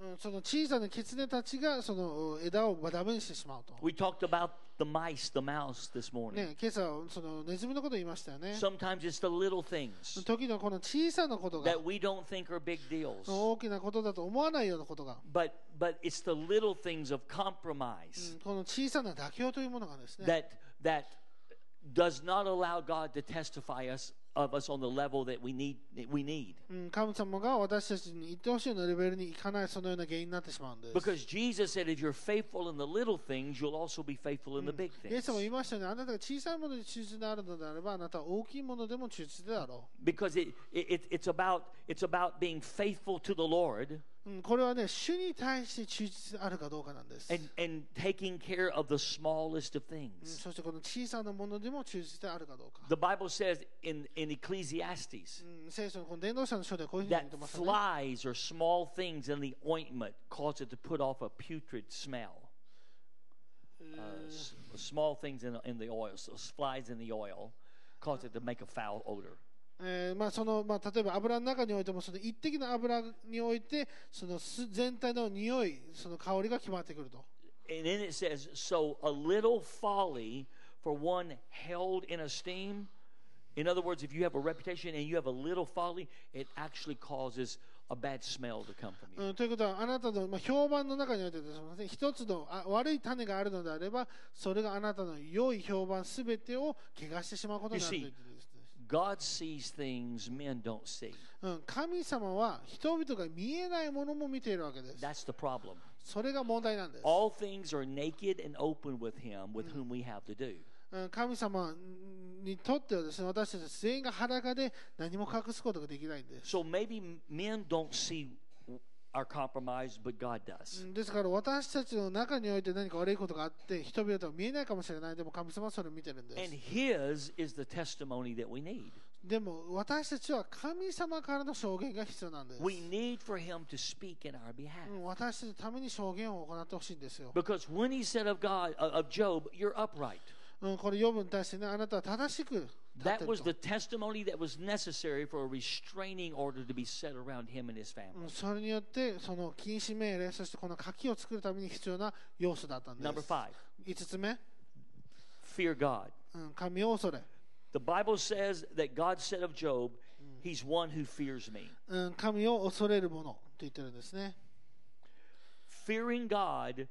Speaker 3: うん、その小さな狐たちがそのうん枝をダメにしてしまうと。
Speaker 2: We talked about the mice, the mouse this morning.
Speaker 3: ね、今朝そのネズミのことを言いましたよね。
Speaker 2: Sometimes it's the little things
Speaker 3: 時のこの小さなことが
Speaker 2: that we don't think are big deals.
Speaker 3: 大きなことだと思わないようなことが、
Speaker 2: But but it's the little things of
Speaker 3: う
Speaker 2: compromise
Speaker 3: んこの小さな妥協というものがですね、
Speaker 2: that that does not allow God to testify us of us on the level that we need that we need.
Speaker 3: うん、神様が私たちに言ってほしいようなレベルにいかないそのような原因になってしまうんです。
Speaker 2: Because Jesus said if you're faithful in the little things, you'll also be faithful in the big
Speaker 3: イエス様も言
Speaker 2: things.
Speaker 3: いましたよね、あなたが小さいものに忠実であるのであれば、あなたは大きいものでも忠実であろ
Speaker 2: Because it, it, it it's about it's about being faithful to the Lord
Speaker 3: う。うん、これはね、主に対して忠実であるかどうかなんです。
Speaker 2: and and taking care of the smallest of
Speaker 3: うん
Speaker 2: things.
Speaker 3: そしてこの小さなものでも忠実であるかどうか。
Speaker 2: The Bible says in, in Ecclesiastes
Speaker 3: うん聖書のこの伝道者の書ではこういうふうに言
Speaker 2: that
Speaker 3: ってますよね。
Speaker 2: flies or small things in the ointment cause it to put off a putrid smell. Uh, s- small things in, in the oil, so s- flies in the oil cause it to make a foul odor.
Speaker 3: えーまあそのまあ、例えば油の中においてもその一滴の油においてそのす全体の匂いその香りが決まってくると
Speaker 2: And then it says, so a little folly for one held in esteem. In other words, if you have a reputation and you have a little folly, it actually causes a bad smell to come from you.
Speaker 3: うん、ということはあなたの、まあ、評判の中においてですね一つのあ悪い種があるのであればそれがあなたの良い評判すべてを汚してしまうことになると
Speaker 2: You
Speaker 3: い
Speaker 2: see.
Speaker 3: うことです、
Speaker 2: God sees things men don't see.
Speaker 3: うん、神様は人々が見えないものも見ているわけです
Speaker 2: That's the problem.
Speaker 3: それが問題なんです
Speaker 2: All things are naked and open with him with whom we have to do.
Speaker 3: うん神様にとってはですね私たち全員が裸で何も隠すことができないんです
Speaker 2: So maybe men don't see are compromised, but God does.
Speaker 3: ですから私たちの中において何か悪いことがあって人々は見えないかもしれないでも神様はそれを見てるんで
Speaker 2: And
Speaker 3: す
Speaker 2: His is the testimony that we need.
Speaker 3: でも私たちは神様からの証言が必要なんです
Speaker 2: We need for Him to speak in our behalf.
Speaker 3: うん私たちのために証言を行ってほしいんですよ、
Speaker 2: Because when he said of God uh, of Job, "You're upright,"
Speaker 3: うん、これヨブに対してねあなたは正しく立って
Speaker 2: that
Speaker 3: る
Speaker 2: was the
Speaker 3: と
Speaker 2: testimony that was necessary for a restraining order to be set around him and his
Speaker 3: う
Speaker 2: family.
Speaker 3: んそれによってその禁止命令そしてこの柿を作るために必要な要素だったんです
Speaker 2: Number five,
Speaker 3: 5つ目、
Speaker 2: fear God.
Speaker 3: うん、神を恐れ、
Speaker 2: The Bible says that God said of Job, "He's one who fears me."
Speaker 3: うん、神を恐れるものと言ってるんですね
Speaker 2: Fearing God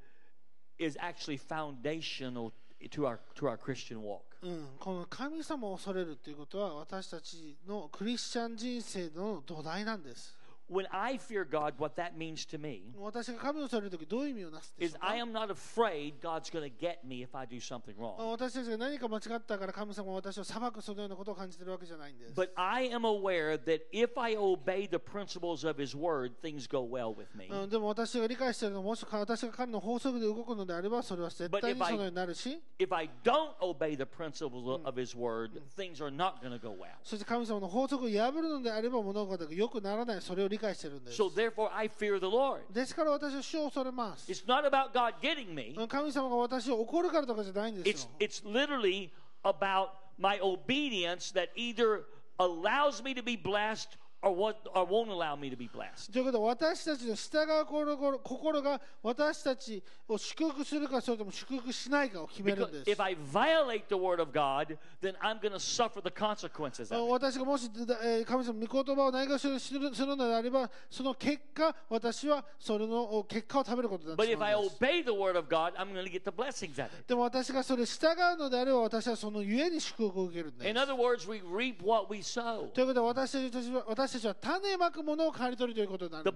Speaker 2: is actually foundational to our to our Christian walk.
Speaker 3: うん、この神様を恐れるということは私たちのクリスチャン人生の土台なんです
Speaker 2: When I fear God, what that means to me
Speaker 3: 私が神を恐れる時どういう意味をなすでし
Speaker 2: is
Speaker 3: ょう
Speaker 2: I
Speaker 3: か
Speaker 2: am not afraid God's going to get me if I do something wrong.
Speaker 3: 私たちが何か間違ったから神様は私を裁くそのようなことを感じてるわけじゃないんです、
Speaker 2: But I am aware that if I obey the principles of His Word, things go well with me.
Speaker 3: うん、でも私が理解しているのはもしか私が彼の法則で動くのであればそれは絶対に
Speaker 2: But if I-
Speaker 3: そのようになるし
Speaker 2: If I don't obey the principles of His Word, things are not going to go well.
Speaker 3: そして神様の法則を破るのであれば物事が良くならないそれを理解してるんです
Speaker 2: So therefore, I fear the Lord.
Speaker 3: ですから私は主を恐れます。
Speaker 2: It's not about God getting me.
Speaker 3: うん神様が私を怒るからとかじゃないんで
Speaker 2: It's
Speaker 3: すよ。
Speaker 2: it's literally about my obedience that either allows me to be blessed or what or won't allow me to be blessed.
Speaker 3: ということは私たちの従う心心が私たちを祝福するかそれとも祝福しないかを決める
Speaker 2: Because
Speaker 3: んです
Speaker 2: if。I violate the Word of God, then I'm going to suffer the consequences
Speaker 3: う
Speaker 2: of
Speaker 3: ん
Speaker 2: it.
Speaker 3: 私がもしだえー神様の御言葉をないがしろにするするのであればその結果私はそれのお結果を食べることになって
Speaker 2: But
Speaker 3: し
Speaker 2: if I
Speaker 3: まうんです
Speaker 2: obey the word of God, I'm going to get the blessings of it.
Speaker 3: でも私がそれ従うのであれば私はそのゆえに祝福を受けるんです
Speaker 2: In other words, we reap what we sow.
Speaker 3: ということは私たちは私たちは種まくものを刈り取るということになるん
Speaker 2: The
Speaker 3: で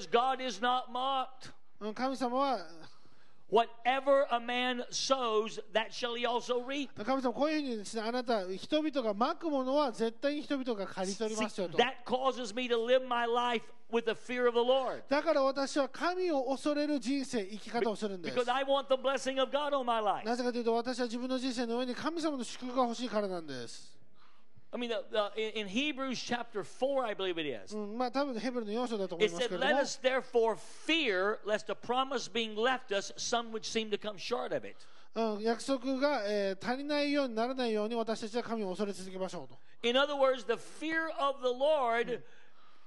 Speaker 3: す
Speaker 2: Bible says God is not mocked.
Speaker 3: うん神様は
Speaker 2: Whatever a man sows, that shall he also reap.
Speaker 3: 神様こういうふうにですねあなた人々がまくものは絶対に人々が刈り取り
Speaker 2: See,
Speaker 3: ますよと
Speaker 2: that causes me to live my life with the fear of the Lord
Speaker 3: だから私は神を恐れる人生生き方をするんです
Speaker 2: because I want the blessing of God on my life.
Speaker 3: なぜかというと私は自分の人生の上に神様の祝福が欲しいからなんです、
Speaker 2: I mean, the, the, in- in Hebrews chapter 4, I believe it is,
Speaker 3: うん、まあ多分ヘブルの要素だと思い
Speaker 2: it
Speaker 3: ますけ
Speaker 2: said,
Speaker 3: れど
Speaker 2: Let
Speaker 3: も
Speaker 2: us therefore fear lest the promise being left us, some would seem to come short of it.
Speaker 3: うん、約束が、えー足りないようにならないように私たちは神を恐れ続けましょうと
Speaker 2: In other words, the fear of the Lord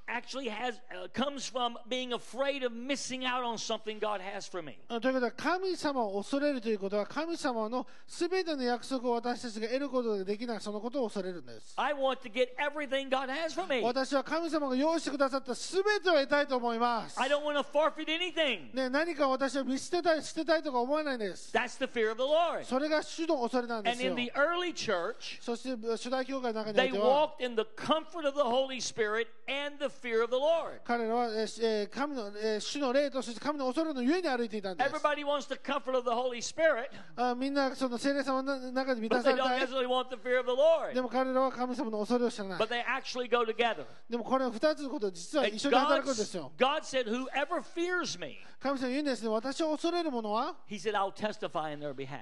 Speaker 2: actually has uh, comes from being afraid of missing out on something God has for me.
Speaker 3: うんということは神様を恐れるということは神様の全ての約束を私たちが得ることができないそのことを恐れるんです
Speaker 2: I want to get everything God has for me.
Speaker 3: 私は神様が用意してくださった全てを得たいと思います、
Speaker 2: I don't want to forfeit anything.
Speaker 3: ね、何か私は見捨てたい捨てたいとか思わないんです
Speaker 2: That's the fear of the Lord.
Speaker 3: それが主の恐れなんで
Speaker 2: And
Speaker 3: す
Speaker 2: in
Speaker 3: よ
Speaker 2: the early church,
Speaker 3: そして主大教会の中にお
Speaker 2: they
Speaker 3: いては
Speaker 2: walked in the comfort of the Holy Spirit and the fear of the Lord.
Speaker 3: 彼らは、えーしえー神の、えー主の霊とそして神の恐れのゆえに歩いていたんです
Speaker 2: Everybody wants the comfort of the Holy Spirit,
Speaker 3: あみんなその聖霊様の中で満
Speaker 2: but
Speaker 3: た
Speaker 2: they
Speaker 3: され
Speaker 2: don't
Speaker 3: たい
Speaker 2: necessarily want the fear of the Lord.
Speaker 3: でも彼らは神様の恐れを知らない
Speaker 2: But they actually go together.
Speaker 3: でもこれ2つのこと実は
Speaker 2: And
Speaker 3: 一緒に働
Speaker 2: God,
Speaker 3: くんですよ
Speaker 2: God said, Whoever fears me,
Speaker 3: 神様言うんですね私を恐れる者は
Speaker 2: He said, I'll testify in their behalf.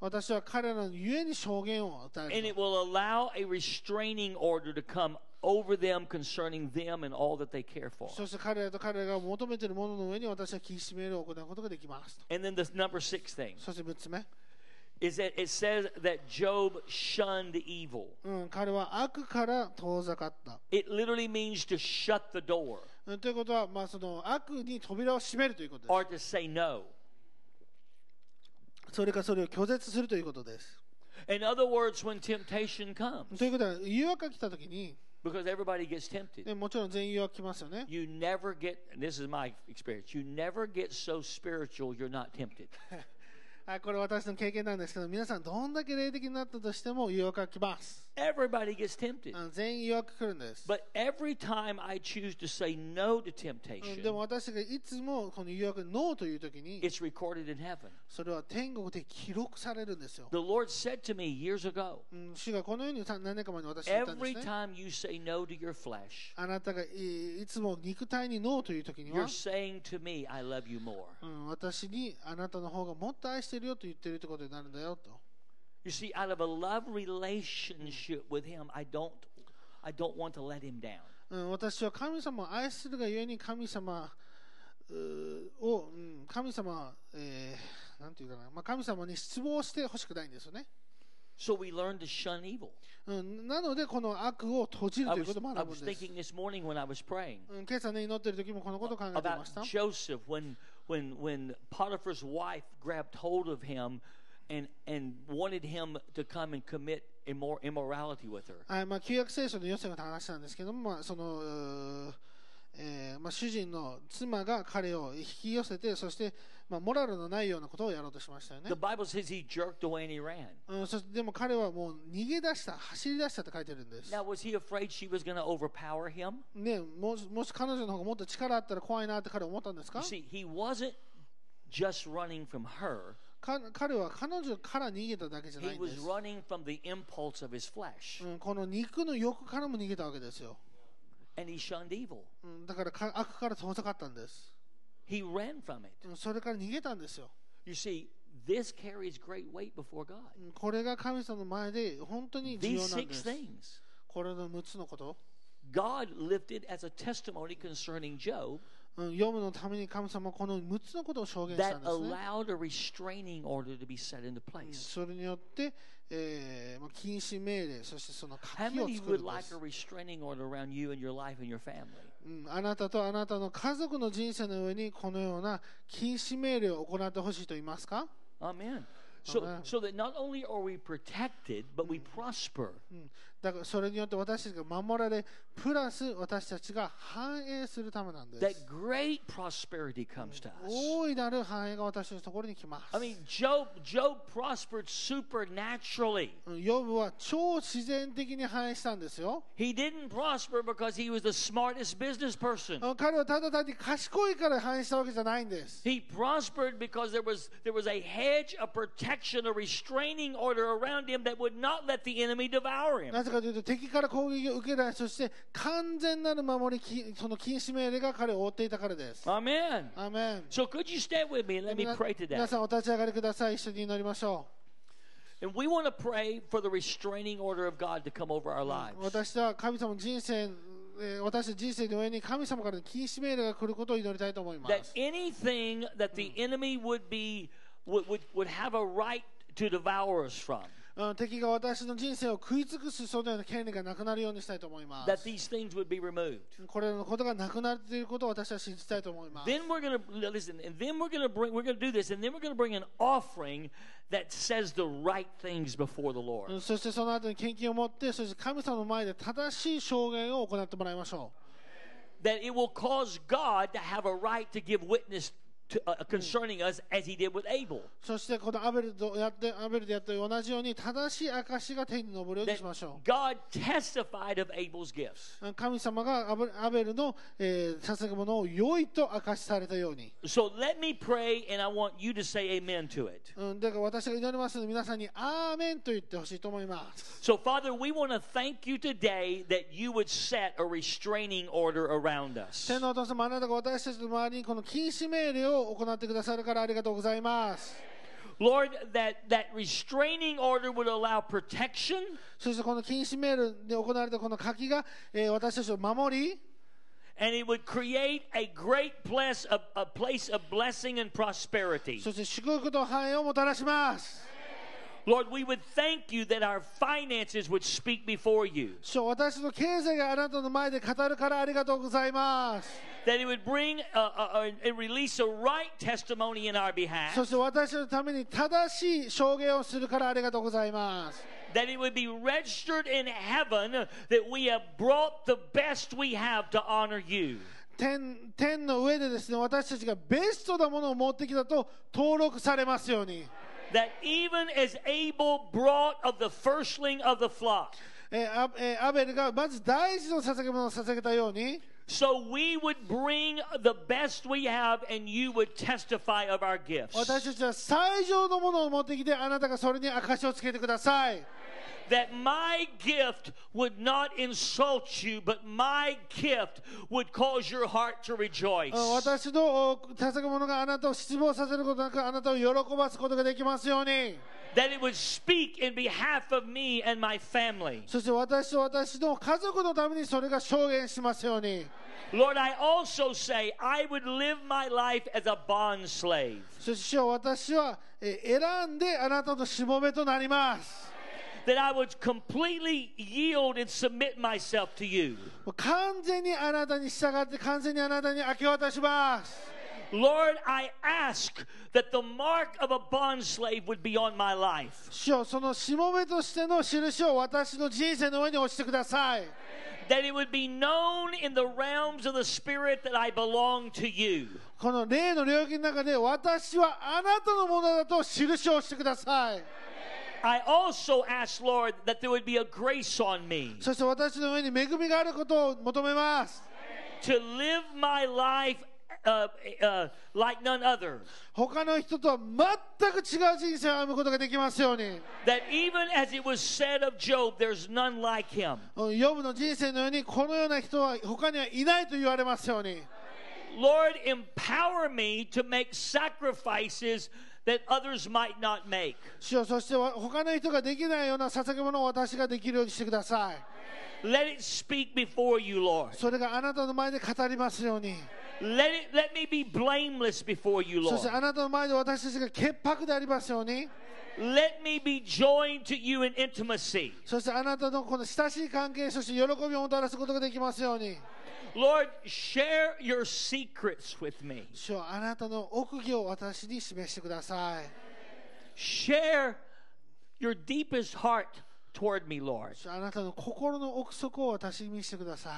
Speaker 3: 私は彼らのゆえに証言を与え
Speaker 2: And
Speaker 3: る
Speaker 2: it will allow a restraining orderと come over them concerning them and all that they care for.
Speaker 3: そして彼らと彼らが求めているものの上に私は禁止命令を行うことができますと
Speaker 2: And then the number six thing
Speaker 3: そして6つ目、
Speaker 2: is that it says that Job shunned evil.
Speaker 3: うん、彼は悪から遠ざかった、
Speaker 2: It literally means to shut the door
Speaker 3: うん、ということは、まあ、その悪に扉を閉めるということです
Speaker 2: or to say no.
Speaker 3: それかそれを拒絶するということです。
Speaker 2: In other words, when temptation comes,
Speaker 3: ということは、誘惑が来たときに、
Speaker 2: because everybody gets tempted,
Speaker 3: ねもちろん全員誘惑来ますよね。
Speaker 2: you never get, and this is my experience, you never get so spiritual you're not tempted.
Speaker 3: はい、これ私の経験なんですけど、皆さんどんだけ霊的になったとしても誘惑が来ます。
Speaker 2: Everybody gets tempted.
Speaker 3: あの全員誘惑来るんです。
Speaker 2: But every time I choose to say no to
Speaker 3: うんで
Speaker 2: temptation,
Speaker 3: も私がいつもこの誘惑にノーという時に
Speaker 2: it's recorded in heaven.
Speaker 3: それは天国で記録されるんですよ。
Speaker 2: The Lord said to me years ago
Speaker 3: うん主がこのようにさ何年か前に私に言ったんで
Speaker 2: every
Speaker 3: すね。
Speaker 2: time you say Uh, no to your flesh,
Speaker 3: あなたがいいつも肉体にノーという時には
Speaker 2: you're、saying to me, I love you more.
Speaker 3: うん、私にあなたの方がもっと愛してるよと言ってるってことになるんだよと。
Speaker 2: You see, out of a love relationship with Him, I don't, I don't want to let Him down.
Speaker 3: うん、私は神様を愛するがゆえに神様うーを、うん、神様は、えーなんていうかな、まあ、神様に失望してほしくないんですよね。
Speaker 2: So we learn to shun evil.
Speaker 3: うん、なので、この悪を閉じる
Speaker 2: I
Speaker 3: という
Speaker 2: was,
Speaker 3: ことも
Speaker 2: I
Speaker 3: 学ぶ
Speaker 2: was
Speaker 3: んです。
Speaker 2: thinking this morning when I was praying
Speaker 3: うん、今朝ね、祈ってる時もこのことを考えていま
Speaker 2: about
Speaker 3: した。
Speaker 2: Joseph when, when, when Potiphar's wife grabbed hold of him and, and wanted him to come and commit immor- immorality with her.
Speaker 3: はいまあ、旧約聖書のヨセフの話なんですけども、まあそのうーえーまあ、主人の妻が彼を引き寄せて、そして、まあ、モラルのないようなことをやろうとしましたよね
Speaker 2: The。Bible says he jerked away and he ran.
Speaker 3: うん、そしてでも彼はもう逃げ出した、走り出したって書いてるんです。
Speaker 2: Now, was he afraid she was going to overpower him?
Speaker 3: ね、もしもし彼女の方がもっと力あったら怖いなって彼は思ったんです
Speaker 2: You
Speaker 3: か
Speaker 2: see, he wasn't just running from her,
Speaker 3: か彼は彼女から逃げただけじゃな
Speaker 2: he
Speaker 3: いんで
Speaker 2: was
Speaker 3: す、
Speaker 2: running from the impulse of his flesh.
Speaker 3: うん、この肉の欲からも逃げたわけですよ、
Speaker 2: And he shunned evil.
Speaker 3: うん、だからか悪から遠ざかったんです、
Speaker 2: He ran from it.
Speaker 3: うん、それから逃げたんですよ、
Speaker 2: You see, this carries great weight before God.
Speaker 3: うんこれが神様の前で本当に重要
Speaker 2: These
Speaker 3: なん
Speaker 2: six
Speaker 3: です
Speaker 2: things.
Speaker 3: これの6つのこと、
Speaker 2: God lifted as a testimony concerning Job
Speaker 3: うん、読むのために神様はこの6つのことを証言し
Speaker 2: that
Speaker 3: たんですね、
Speaker 2: allowed a restraining order to be set into
Speaker 3: うん
Speaker 2: place.
Speaker 3: それによって、えーまあ、禁止命令そしてその書
Speaker 2: How
Speaker 3: きを
Speaker 2: many
Speaker 3: 作る
Speaker 2: would
Speaker 3: んで
Speaker 2: like
Speaker 3: す
Speaker 2: a restraining order around you and your life and your family?
Speaker 3: うんあなたとあなたの家族の人生の上にこのような禁止命令を行ってほしいと言いますか、
Speaker 2: Amen. So,
Speaker 3: Amen.
Speaker 2: so that not only are we protected, but we prosper.
Speaker 3: うん、だからそれによって私たちが守られプラス私たちが繁栄するためなんで
Speaker 2: That
Speaker 3: す
Speaker 2: great prosperity comes to us.
Speaker 3: 大いなる繁栄が私のところに来ます
Speaker 2: I mean, Job, Job prospered supernaturally.
Speaker 3: うんヨブは超自然的に繁栄したんですよ
Speaker 2: He didn't prosper because he was the smartest business person.
Speaker 3: うん彼はただ単に賢いから繁栄したわけじゃないんです
Speaker 2: He prospered because there was there was a hedge, a protection, a restraining order around him that would not let the enemy devour him.
Speaker 3: なぜかというと敵から攻撃を受けないそして完全なる守りきその禁止命令が彼を追っていたからです
Speaker 2: Amen.
Speaker 3: アーメン
Speaker 2: So could you stand with me and let me
Speaker 3: 皆
Speaker 2: pray to
Speaker 3: 皆
Speaker 2: that?
Speaker 3: さんお立ち上がりください一緒に祈りましょ
Speaker 2: And we want to pray for the restraining order of God to come over our
Speaker 3: う
Speaker 2: lives.
Speaker 3: 私は神様の人生、えー私の人生の上に神様からの禁止命令が来ることを祈りたいと思います
Speaker 2: That anything that the enemy would be would, would, would have a right to devour us from.
Speaker 3: うん敵が私の人生を食い尽くすそのような権利がなくなるようにしたいと思いま
Speaker 2: That
Speaker 3: す
Speaker 2: these things would be removed.
Speaker 3: これらのことがなくなるということを私は信じたいと思います
Speaker 2: Then we're gonna listen, and then we're gonna bring we're gonna do this, and then we're gonna bring an offering that says the right things before the Lord.
Speaker 3: うんそしてその後に献金を持ってそして神様の前で正しい証言を行ってもらいましょ
Speaker 2: that it will cause God to have a right to give witness to, uh, concerning us as he did with Abel.
Speaker 3: うそしてこのアベルとやってアベルでやった同じように正しい証が天に昇るように
Speaker 2: That
Speaker 3: しましょう
Speaker 2: God testified of Abel's gifts.
Speaker 3: 神様がアベアベルの、えー捧げ物を良いと明かしされたように、
Speaker 2: So let me pray, and I want you to say amen to it.
Speaker 3: うん、だから私が祈りますので皆さんに「アーメン」と言ってほしいと思います
Speaker 2: So, Father, we want to thank you today that you would set a restraining order around us.
Speaker 3: 天皇お父様あなたが私たちの周りにこの禁止命令を行ってくださるからありがとうございます
Speaker 2: Lord, that, that restraining order would allow protection,
Speaker 3: そしてこの禁止命令で行われたこの書きが、えー私たちを守り
Speaker 2: and it would create a great place, a, a place of blessing and prosperity.
Speaker 3: そして祝福と繁栄をもたらします
Speaker 2: Lord, we would thank you that our finances would speak before you,
Speaker 3: そう私の経済があなたの前で語るからありがとうございます
Speaker 2: that it would bring uh, uh, and release a right testimony in our
Speaker 3: そ
Speaker 2: behalf,
Speaker 3: して私のために正しい証言をするからありがとうございます
Speaker 2: that it would be registered in heaven that we have brought the best we have to honor you.
Speaker 3: 天天の上でですね私たちがベストなものを持ってきたと登録されますように
Speaker 2: That even as Abel brought of the firstling of the flock,
Speaker 3: えーアえーアベルがまず大事の捧げ物を捧げたように
Speaker 2: So we would bring the best we have and you would testify of our gifts.
Speaker 3: 私たちは最上のものを持ってきてあなたがそれに証をつけてください
Speaker 2: That my gift would not insult you, but my gift would cause your heart to rejoice.
Speaker 3: うん私のお捧げ物があなたを失望させることなくあなたを喜ばすことができますように
Speaker 2: That it would speak in behalf of me and my family.
Speaker 3: そして私と私の家族のためにそれが証言しますように
Speaker 2: Lord, I also say I would live my life as a bond slave.
Speaker 3: そして主よ私はえー選んであなたのしもべとなります
Speaker 2: That I would completely yield and submit myself to you.
Speaker 3: もう完全にあなたに従って完全にあなたに明け渡します
Speaker 2: Lord, I ask that the mark of a bond slave would be on my life.
Speaker 3: 主よそのしもべとしての印を私の人生の上に押してください
Speaker 2: That it would be known in the realms of the spirit that I belong to you.
Speaker 3: この霊の領域の中で私はあなたのものだと印を押してください
Speaker 2: I also ask, Lord, that there would be a grace on me
Speaker 3: そして私の上に恵みがあることを求めます
Speaker 2: to live my life uh, uh, like none other.
Speaker 3: 他の人とは全く違う人生を歩むことができますように
Speaker 2: That even as it was said of Job, there's none like him.
Speaker 3: ヨブの人生のようにこのような人は他にはいないと言われますように
Speaker 2: Lord, empower me to make sacrifices that others might not make.
Speaker 3: 主よそしてわ他の人ができないような捧げ物を私ができるようにしてください
Speaker 2: Let it speak before you, Lord.
Speaker 3: それがあなたの前で語りますように
Speaker 2: Let it let me be blameless before you,
Speaker 3: そ
Speaker 2: Lord.
Speaker 3: してあなたの前で私たちが潔白でありますように
Speaker 2: Let me be joined to you in intimacy.
Speaker 3: そしてあなたのこの親しい関係そして喜びをもたらすことができますように
Speaker 2: Lord, share your secrets with me.
Speaker 3: 主よあなたの奥義を私に示してください
Speaker 2: Share your deepest heart toward me, Lord.
Speaker 3: 主よあなたの心の奥底を私に見せてください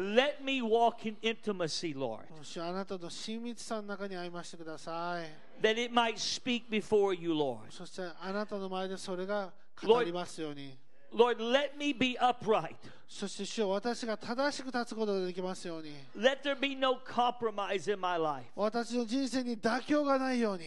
Speaker 2: Let me walk in intimacy, Lord,
Speaker 3: 主よあなたの親密さの中に歩ましてください
Speaker 2: that it might speak before you, Lord.
Speaker 3: そしてあなたの前でそれが語りますように
Speaker 2: Lord, let me be upright.
Speaker 3: そして主よ私が正しく立つことができますように
Speaker 2: Let there be no compromise in my life.
Speaker 3: 私の人生に妥協がないように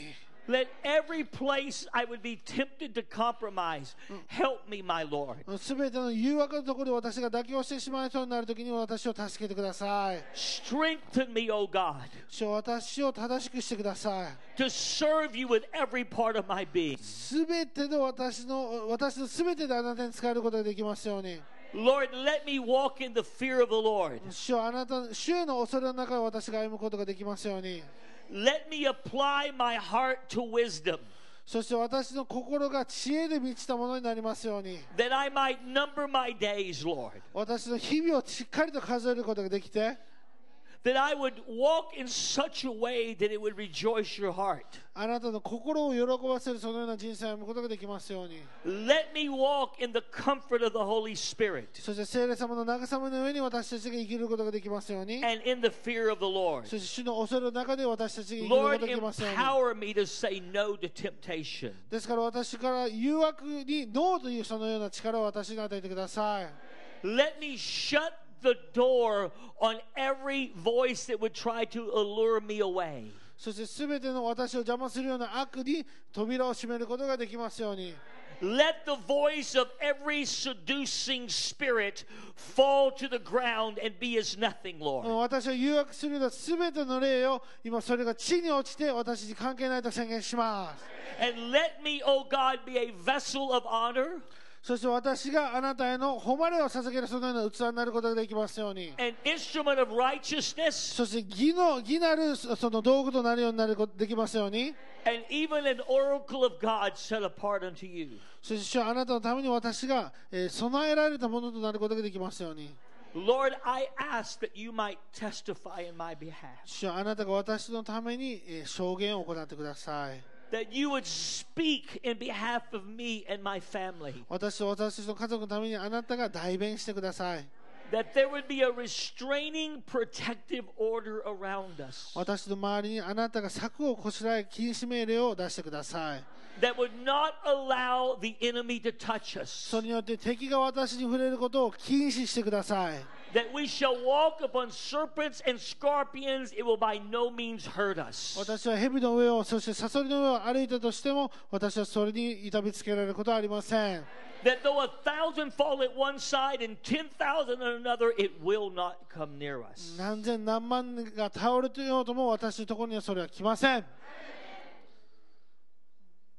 Speaker 2: Let every place I would be tempted to compromise help me, my Lord.
Speaker 3: すべての誘惑のところで私が妥協してしまいそうになるときに私を助けてください。
Speaker 2: Strengthen me, O God,
Speaker 3: 主よ私を正しくしてください。
Speaker 2: to serve you with every part of my being.
Speaker 3: すべての私の、私のすべてであなたに使えることができますように。
Speaker 2: Lord, let me walk in the fear of the Lord.
Speaker 3: 主よあなた、主への恐れの中で私が歩むことができますように。
Speaker 2: Let me apply my heart to wisdom,
Speaker 3: そして私の心が知恵で満ちたものになりますように。
Speaker 2: that I might number my days, Lord.
Speaker 3: 私の日々をしっかりと数えることができて、
Speaker 2: That I would walk in such a way that it would rejoice your heart.
Speaker 3: あなたの心を喜ばせるそのような人生を歩むことができますように。
Speaker 2: Let me walk in the comfort of the Holy Spirit
Speaker 3: そして聖霊様の慰めの上に私たちが生きることができますように。
Speaker 2: and in the fear of the Lord.
Speaker 3: そして主の恐れの中で私たちが生きること
Speaker 2: Lord,
Speaker 3: ができますように。
Speaker 2: empower me to say no to temptation.
Speaker 3: ですから私から誘惑にノーというそのような力を私に与えてください。
Speaker 2: Let me shut the door on every voice that would try to allure me away.
Speaker 3: そして全ての私を邪魔するような悪に扉を閉めることができますように。
Speaker 2: Let the voice of every seducing spirit fall to the ground and be as nothing,
Speaker 3: うん
Speaker 2: Lord.
Speaker 3: 私を誘惑するような全ての霊を今それが地に落ちて私に関係ないと宣言します。
Speaker 2: And let me, O God, be a vessel of honor
Speaker 3: そして私があなたへの誉れを捧げるそのような器になることができますように。
Speaker 2: an instrument of righteousness,
Speaker 3: そして義の義なるそその道具となるようになることできますように。
Speaker 2: and even an oracle of God set apart unto you.
Speaker 3: そして主よあなたのために私が、えー備えられたものとなることができますように。
Speaker 2: Lord, I ask that you might testify in my behalf,
Speaker 3: 主よあなたが私のために、えー証言を行ってください。
Speaker 2: that you would speak in behalf of me and my family,
Speaker 3: 私と私たちの家族のためにあなたが代弁してください。
Speaker 2: that there would be a restraining protective order around us
Speaker 3: 私の周りにあなたが策をこしらえ禁止命令を出してください
Speaker 2: that would not allow the enemy to touch us
Speaker 3: それによって敵が私に触れることを禁止してください
Speaker 2: that we shall walk upon serpents and scorpions it will by no means hurt us
Speaker 3: 私は蛇の上をそしてサソリの上を歩いたとしても私はそれに痛みつけられることはありません
Speaker 2: that though a thousand fall at one side and 10,000 at another it will not come near us
Speaker 3: 何千何万が倒れてようとも私のところにはそれは来ません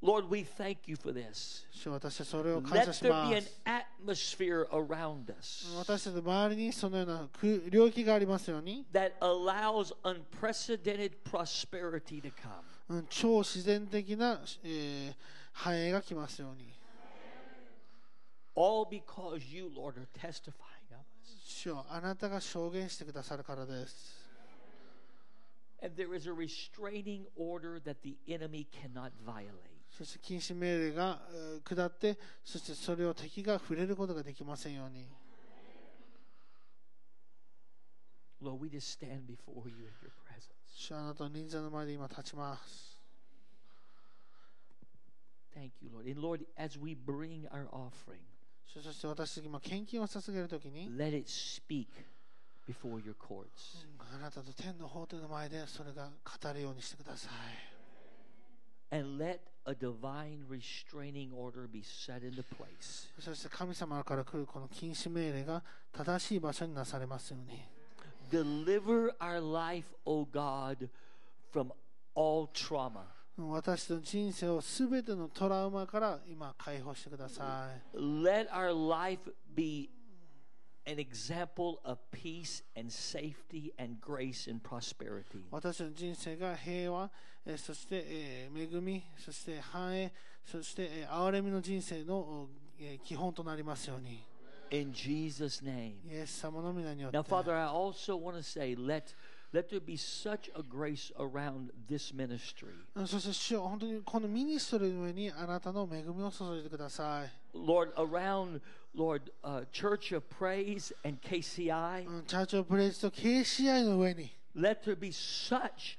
Speaker 2: lord we thank you for this
Speaker 3: 主よ私はそれを感
Speaker 2: let
Speaker 3: 謝し
Speaker 2: there
Speaker 3: ま
Speaker 2: be an
Speaker 3: す
Speaker 2: atmosphere around us
Speaker 3: 私たちの周りにそのような空領域がありますように、
Speaker 2: that allows unprecedented prosperity to come.
Speaker 3: うん、超自然的な、えー繁栄が来ますように
Speaker 2: All because you, Lord, are testifying of us.
Speaker 3: 主よあなたが証言してくださるからです
Speaker 2: And there is a restraining order that the enemy cannot violate.
Speaker 3: そして禁止命令がえー下ってそしてそれを敵が触れることができませんように
Speaker 2: Lord, we just stand before you in your presence.
Speaker 3: 主よあなたの忍者の前で今立ちます
Speaker 2: Thank you, Lord. And Lord, as we bring our offering,
Speaker 3: 主よそして私たち今献金を捧げるときに
Speaker 2: let it speak before your courts.
Speaker 3: あなたと天の法廷の前でそれが語るようにしてください
Speaker 2: And let a divine restraining order be set into place.
Speaker 3: そして神様から来るこの禁止命令が正しい場所になされますように
Speaker 2: Deliver our life, O God, from all trauma.
Speaker 3: 私の人生を全てのトラウマから今解放してくださ
Speaker 2: Let our life be an example of peace and safety and grace and
Speaker 3: い
Speaker 2: prosperity.
Speaker 3: 私の人生が平和えーそしてえー恵みそして繁栄そしてえー憐れみの人生のおえー基本となりますように
Speaker 2: In Jesus' name.
Speaker 3: イエス様の皆によって
Speaker 2: Now, Father, I also want to say, let let there be such a grace around this ministry.
Speaker 3: うんそして主よ本当にこのミニストリーの上にあなたの恵みを注いでください
Speaker 2: Lord, around, Lord, uh, Church of Praise and KCI.
Speaker 3: うんチャーチオブレイズと KCI の上に
Speaker 2: Let there be such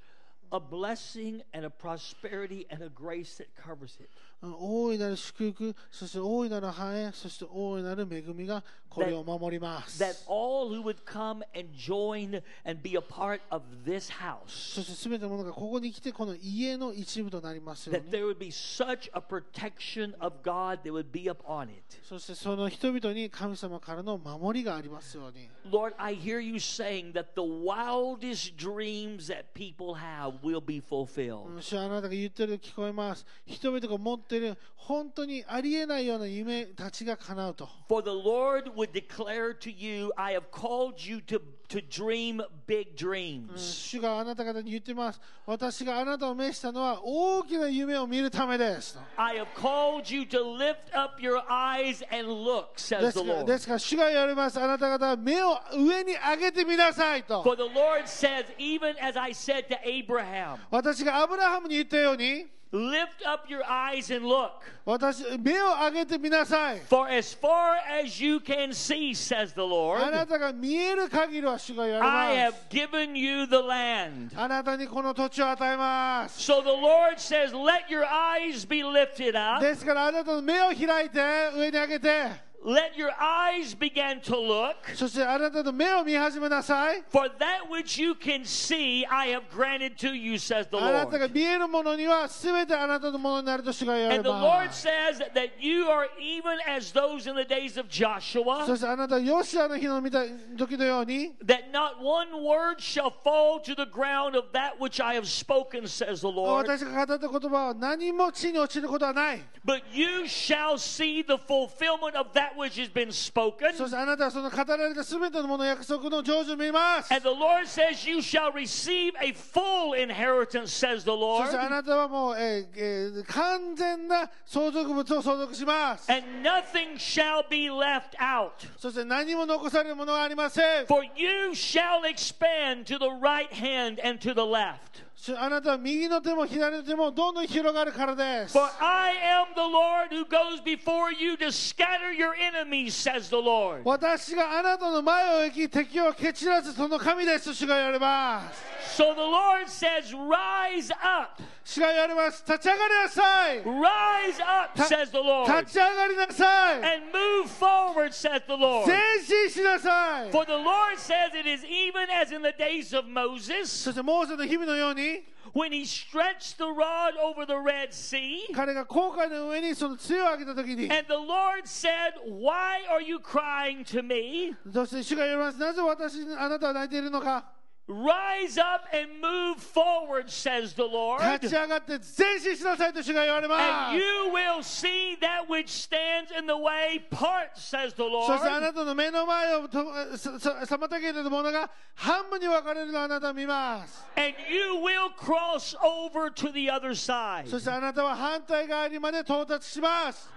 Speaker 2: a blessing and a prosperity and a grace that covers it.
Speaker 3: うん大いなる祝福そして大いなる繁栄そして大いなる恵みがこれを守ります
Speaker 2: That all who would come and join and be a part of this
Speaker 3: そ
Speaker 2: house,
Speaker 3: して全てのものがここに来てこの家の一部となりますよう
Speaker 2: that
Speaker 3: に
Speaker 2: there would be such a protection of God that would be upon it.
Speaker 3: そしてその人々に神様からの守りがありますように
Speaker 2: Lord, I hear you saying that the wildest dreams that people have will be
Speaker 3: う
Speaker 2: fulfilled.
Speaker 3: ん主はあなたが言ってると聞こえます人々が持っている本当にありえないような夢たちが叶うと
Speaker 2: For the Lord would declare to you, I have called you to, to dream big dreams.
Speaker 3: 主があなた方に言ってます私があなたを召したのは大きな夢を見るためですと
Speaker 2: I have called you to lift up your eyes and look,
Speaker 3: で
Speaker 2: says the
Speaker 3: すからで
Speaker 2: Lord.
Speaker 3: すから主が言われますあなた方は目を上に上げてみなさいと
Speaker 2: For the Lord says, even as I said to Abraham,
Speaker 3: 私がアブラハムに言ったように
Speaker 2: lift up your eyes and look.
Speaker 3: 私目を上げてみなさい
Speaker 2: For as far as you can see, says the
Speaker 3: あな
Speaker 2: Lord,
Speaker 3: たが見える限りは主がや
Speaker 2: I
Speaker 3: りま
Speaker 2: have
Speaker 3: す。
Speaker 2: given you the land.
Speaker 3: あなたにこの土地を与えます。
Speaker 2: So the Lord says, let your eyes be lifted up.
Speaker 3: ですからあなたの目を開いて上に上げて、
Speaker 2: Let your eyes begin to look.
Speaker 3: そしてあなたの目を見始めなさい。
Speaker 2: For that which you can see, I have granted to you, says the
Speaker 3: あなた
Speaker 2: Lord.
Speaker 3: が見えるものには全てあなたのものになると主がやり
Speaker 2: And the Lord
Speaker 3: ます。
Speaker 2: says that you are even as those in the days of
Speaker 3: そ
Speaker 2: Joshua,
Speaker 3: してあなたはヨシアの日の見た時のように、
Speaker 2: that not one word shall fall to the ground of that which I have spoken, says
Speaker 3: Oh,
Speaker 2: the Lord,
Speaker 3: 私が語った言葉は何も地に落ちることはない。
Speaker 2: but you shall see the fulfillment of that which has been spoken.
Speaker 3: そしてあなたはその語られた全てのもの約束の成就を見ます。
Speaker 2: And the Lord says, You shall receive a full inheritance, says the
Speaker 3: そ
Speaker 2: Lord,
Speaker 3: してあなたはもう、えーえー完全な相続物を相続します。
Speaker 2: and nothing shall be left out.
Speaker 3: そして何も残されるものはありません。
Speaker 2: For you shall expand to the right hand and to the left.
Speaker 3: 主あなたは右の手も左の手もどんどん広がるからです
Speaker 2: For I am the Lord who goes before you to scatter your enemies, says the Lord.
Speaker 3: 私があなたの前を行き敵を蹴散らすその神です主が言われます
Speaker 2: So the Lord says, Rise up,
Speaker 3: 主が言われます立ち上がりなさい
Speaker 2: rise up, says the Lord,
Speaker 3: 立ち上がりなさい
Speaker 2: and move forward, says the Lord.
Speaker 3: 前進しなさい
Speaker 2: For the Lord says, It is even as in the days of Moses,
Speaker 3: そしてモーセの日々のように
Speaker 2: when he stretched the rod over the Red Sea.
Speaker 3: 彼が航海の上にその杖を上げた時に
Speaker 2: And the Lord said, Why are you crying to me?
Speaker 3: そして主が言われますなぜ私にあなたは泣いているのか
Speaker 2: Rise up and move forward, says the Lord.
Speaker 3: 立ち上がって前進しなさいと主が言われま
Speaker 2: And
Speaker 3: す
Speaker 2: you will see that which stands in the way part, says the
Speaker 3: そして
Speaker 2: Lord.
Speaker 3: あなたの目の前をとささ妨げるものが半分に分かれるのをあなたは見ます
Speaker 2: And you will cross over to the other side.
Speaker 3: そしてあなたは反対側にまで到達します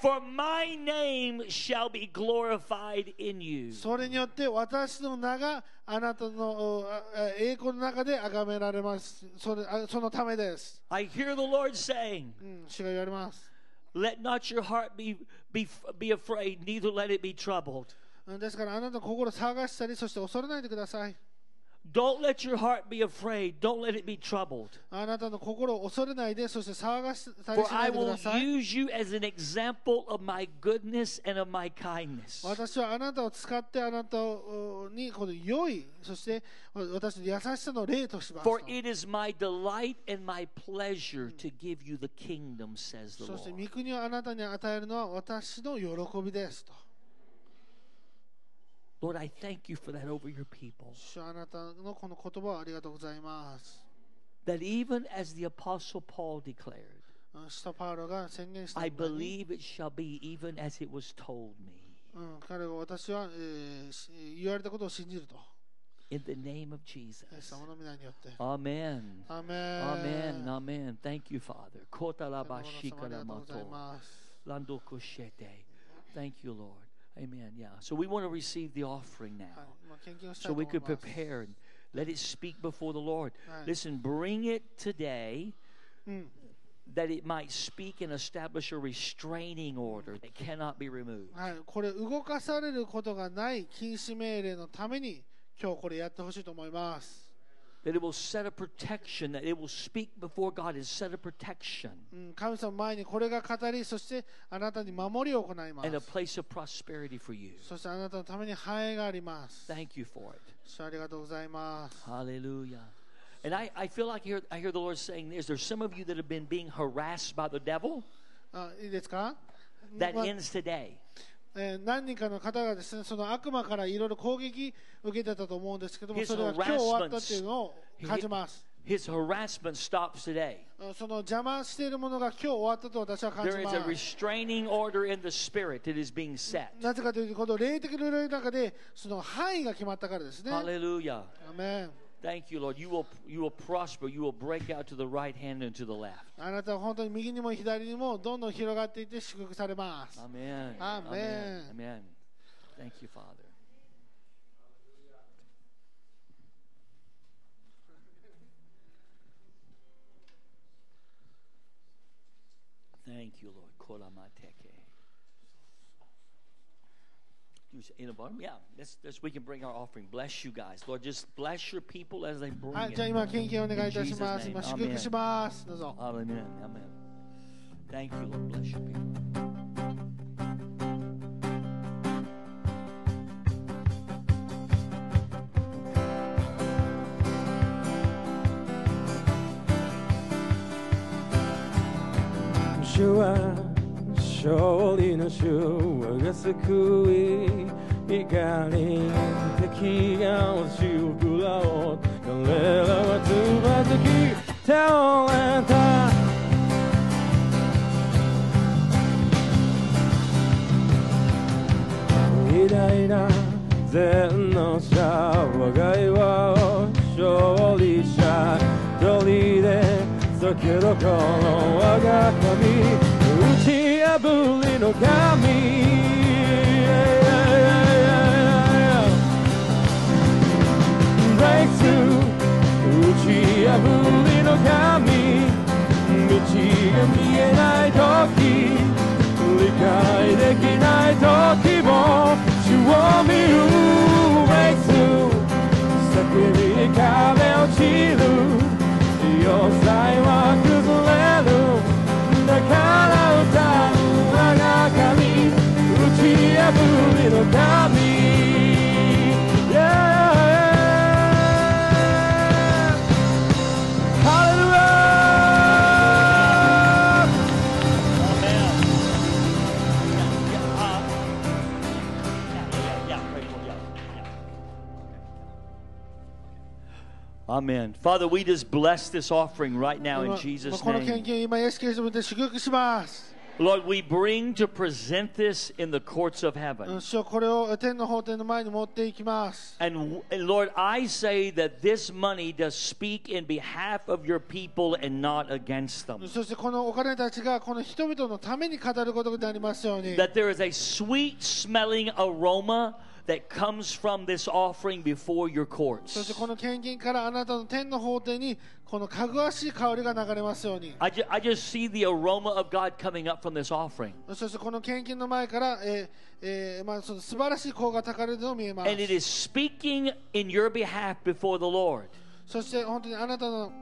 Speaker 2: For my name shall be glorified in you.
Speaker 3: それによって私の名があなたのおああ栄光の中で崇められますそれあそのためです、
Speaker 2: I hear the Lord saying,
Speaker 3: うん、主が言われます
Speaker 2: Let not your heart be, be, be afraid, neither let it be troubled.
Speaker 3: うんですからあなたの心を騒がしたりそして恐れないでください
Speaker 2: Don't let your heart be afraid, don't let it be troubled.
Speaker 3: あなたの心を恐れないでそして騒がしたり
Speaker 2: For
Speaker 3: しな
Speaker 2: I
Speaker 3: いでく
Speaker 2: will
Speaker 3: ださい
Speaker 2: use you as an example of my goodness and of my kindness.
Speaker 3: 私はあなたを使ってあなたをにこの良いそして私の優しさの例としますと
Speaker 2: For it is my delight and my pleasure to give you the kingdom, says the
Speaker 3: そして
Speaker 2: Lord.
Speaker 3: 御国をあなたに与えるのは私の喜びですと
Speaker 2: Lord, I thank you for that over your people.
Speaker 3: 主よあなたのこの言葉をありがとうございます。
Speaker 2: That even as the Apostle Paul declared,
Speaker 3: うん使徒パウロが宣言した
Speaker 2: I
Speaker 3: ように
Speaker 2: believe it shall be even as it was told me.
Speaker 3: うん、彼は私は、えーし言われたことを信じると。
Speaker 2: In the name of
Speaker 3: イエス
Speaker 2: Jesus.
Speaker 3: 様の皆によって。
Speaker 2: Amen.
Speaker 3: アーメン。
Speaker 2: Amen. Amen. Thank you, Father.
Speaker 3: 神様ありがとうござい
Speaker 2: Kotalabashikaramato.
Speaker 3: ます。
Speaker 2: Landokoshete. Thank you, Lord. Amen. Yeah. So we want to receive the offering
Speaker 3: はい
Speaker 2: now.、
Speaker 3: まあ、献金をしたい
Speaker 2: so
Speaker 3: と思
Speaker 2: we
Speaker 3: い
Speaker 2: could
Speaker 3: ます。
Speaker 2: prepare and let it speak before the Lord.
Speaker 3: Right.
Speaker 2: Listen, bring it today
Speaker 3: うん、
Speaker 2: that it might speak and establish a restraining order that cannot be removed.
Speaker 3: はい、これ動かされることがない禁止命令のために今日これやってほしいと思います。
Speaker 2: That it will set a protection, that it will speak before God and set a protection
Speaker 3: うん、神様前にこれが語り、そしてあなたに守りを行いま
Speaker 2: and a
Speaker 3: す。
Speaker 2: place of prosperity for you.
Speaker 3: そしてあなたのために繁栄があります。
Speaker 2: Thank you for it.
Speaker 3: 主ありがとうございます。
Speaker 2: Hallelujah. And I, I feel like I hear, I hear the Lord saying this. There's some of you that have been being harassed by the devil.
Speaker 3: あいいですか
Speaker 2: That
Speaker 3: ま
Speaker 2: ends today.
Speaker 3: えー何人かの方がですねその悪魔からいろいろ攻撃受けてたと思うんですけども
Speaker 2: His
Speaker 3: それが今日終わったっていうのを
Speaker 2: harassments.
Speaker 3: 感じます。
Speaker 2: His harassment stops today.
Speaker 3: うんその邪魔しているものが今日終わったと私は感じ
Speaker 2: There
Speaker 3: ま
Speaker 2: is a
Speaker 3: す。
Speaker 2: restraining order in the spirit that is being set.
Speaker 3: なぜかというとこの霊的ルールの中でその範囲が決まったからですね。ア
Speaker 2: Hallelujah.
Speaker 3: メン
Speaker 2: Thank you, Lord. You will you will prosper. You will break out to the right hand and to the left.
Speaker 3: あなたは本当に右にも左にもどんどん広がっていって祝福されます。
Speaker 2: Amen.
Speaker 3: Amen.
Speaker 2: Amen. Amen. Thank you, Father. Thank you, Lord. Kolamateke. You s- In a bottom, yeah. This, this we can bring our offering. Bless you guys, Lord. Just bless your people as they bring
Speaker 3: はい、
Speaker 2: it.
Speaker 3: じゃあ今献金をお願いいたしま
Speaker 2: In Jesus'
Speaker 3: す。
Speaker 2: name.
Speaker 3: 今祝福します。どうぞ。
Speaker 2: Amen. Amen. Thank you, Lord. Bless your people.
Speaker 4: 主は勝利の主我が救い怒り敵が押し送らおう彼らはつまずき倒れた偉大な全能者我が岩を勝利者一人でだけどこの我が神打ち破りの神 Yeah, yeah, yeah, yeah, yeah. Breakthrough 打ち破
Speaker 2: Amen. Father, we just bless this offering right now
Speaker 3: 今
Speaker 2: in
Speaker 3: まあ
Speaker 2: Jesus'
Speaker 3: この献
Speaker 2: name.
Speaker 3: 金を今、イエス・キリストによって祝福します。
Speaker 2: Lord, we bring to present this in the courts of
Speaker 3: うん
Speaker 2: heaven.
Speaker 3: 主よこれを天の法廷の前に持っていきます。
Speaker 2: And, w- and Lord, I say that this money does speak in behalf of your people and not against them.
Speaker 3: そしてこのお金たちがこの人々のために語ることになりますように、
Speaker 2: That there is a sweet smelling aroma that comes from this offering before your
Speaker 3: そして
Speaker 2: courts.
Speaker 3: この献金からあなたの天の法廷にこのかぐわしい香りが流れますように、
Speaker 2: I, ju- I just see the aroma of God coming up from this offering.
Speaker 3: そしてこの献金の前から、えーえーまあ、その素晴らしい香がたかれるのを見えます
Speaker 2: And。it is speaking in your behalf before the Lord.
Speaker 3: そして本当にあなたの、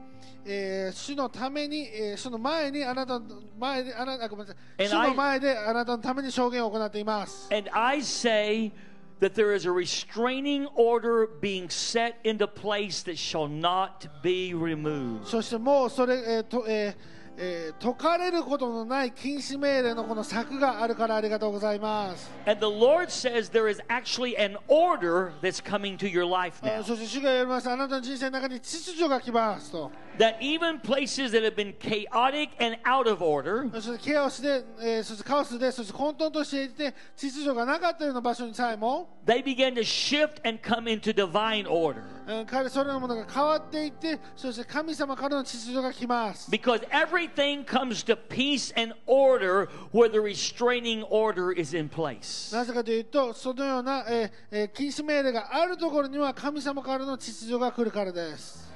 Speaker 3: えー主のために、えー主の前にあなたの前であなたあごめんなさい
Speaker 2: And
Speaker 3: 主
Speaker 2: I-
Speaker 3: の前であなたのために証言を行っています。
Speaker 2: And I say that there is a restraining order being set into place that shall not be removed.
Speaker 3: そしてもうそれ、えーとえーえー解かれることのない禁止命令のこの策があるからありがとうございます。
Speaker 2: And the Lord says there is actually an order that's coming to your life
Speaker 3: あ
Speaker 2: now.
Speaker 3: そして主が言いますあなたの人生の中に秩序が来ますと。
Speaker 2: That even places that have been chaotic and out of order,
Speaker 3: そしてケアをして、えーそしてカオスで、そして混沌としていて、秩序がなかったような場所にさえも、
Speaker 2: they beginと shift and come into divine order
Speaker 3: うん彼それらのものが変わっていって、そして神様からの秩序が来ます。
Speaker 2: because everything comes to peace and order where the restraining order is in place
Speaker 3: なぜかというと、そのような、えーえー禁止命令があるところには神様からの秩序が来るからです。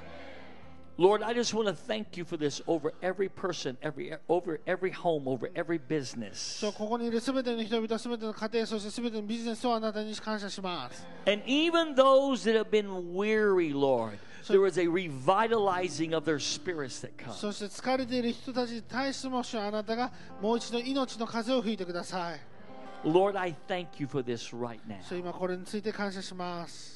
Speaker 2: lord i just want to thank you for this over every person every over every home over every business
Speaker 3: そうここにいるすべての人々、すべての家庭、そしてすべてのビジネスをあなたに感謝します。
Speaker 2: and even those that have been weary lord there is a revitalizing of their spirits that
Speaker 3: そ
Speaker 2: comes
Speaker 3: して疲れている人たちに対しても、主よあなたがもう一度命の風を吹いてください。
Speaker 2: lord i thank you for this right now
Speaker 3: そう今これについて感謝します。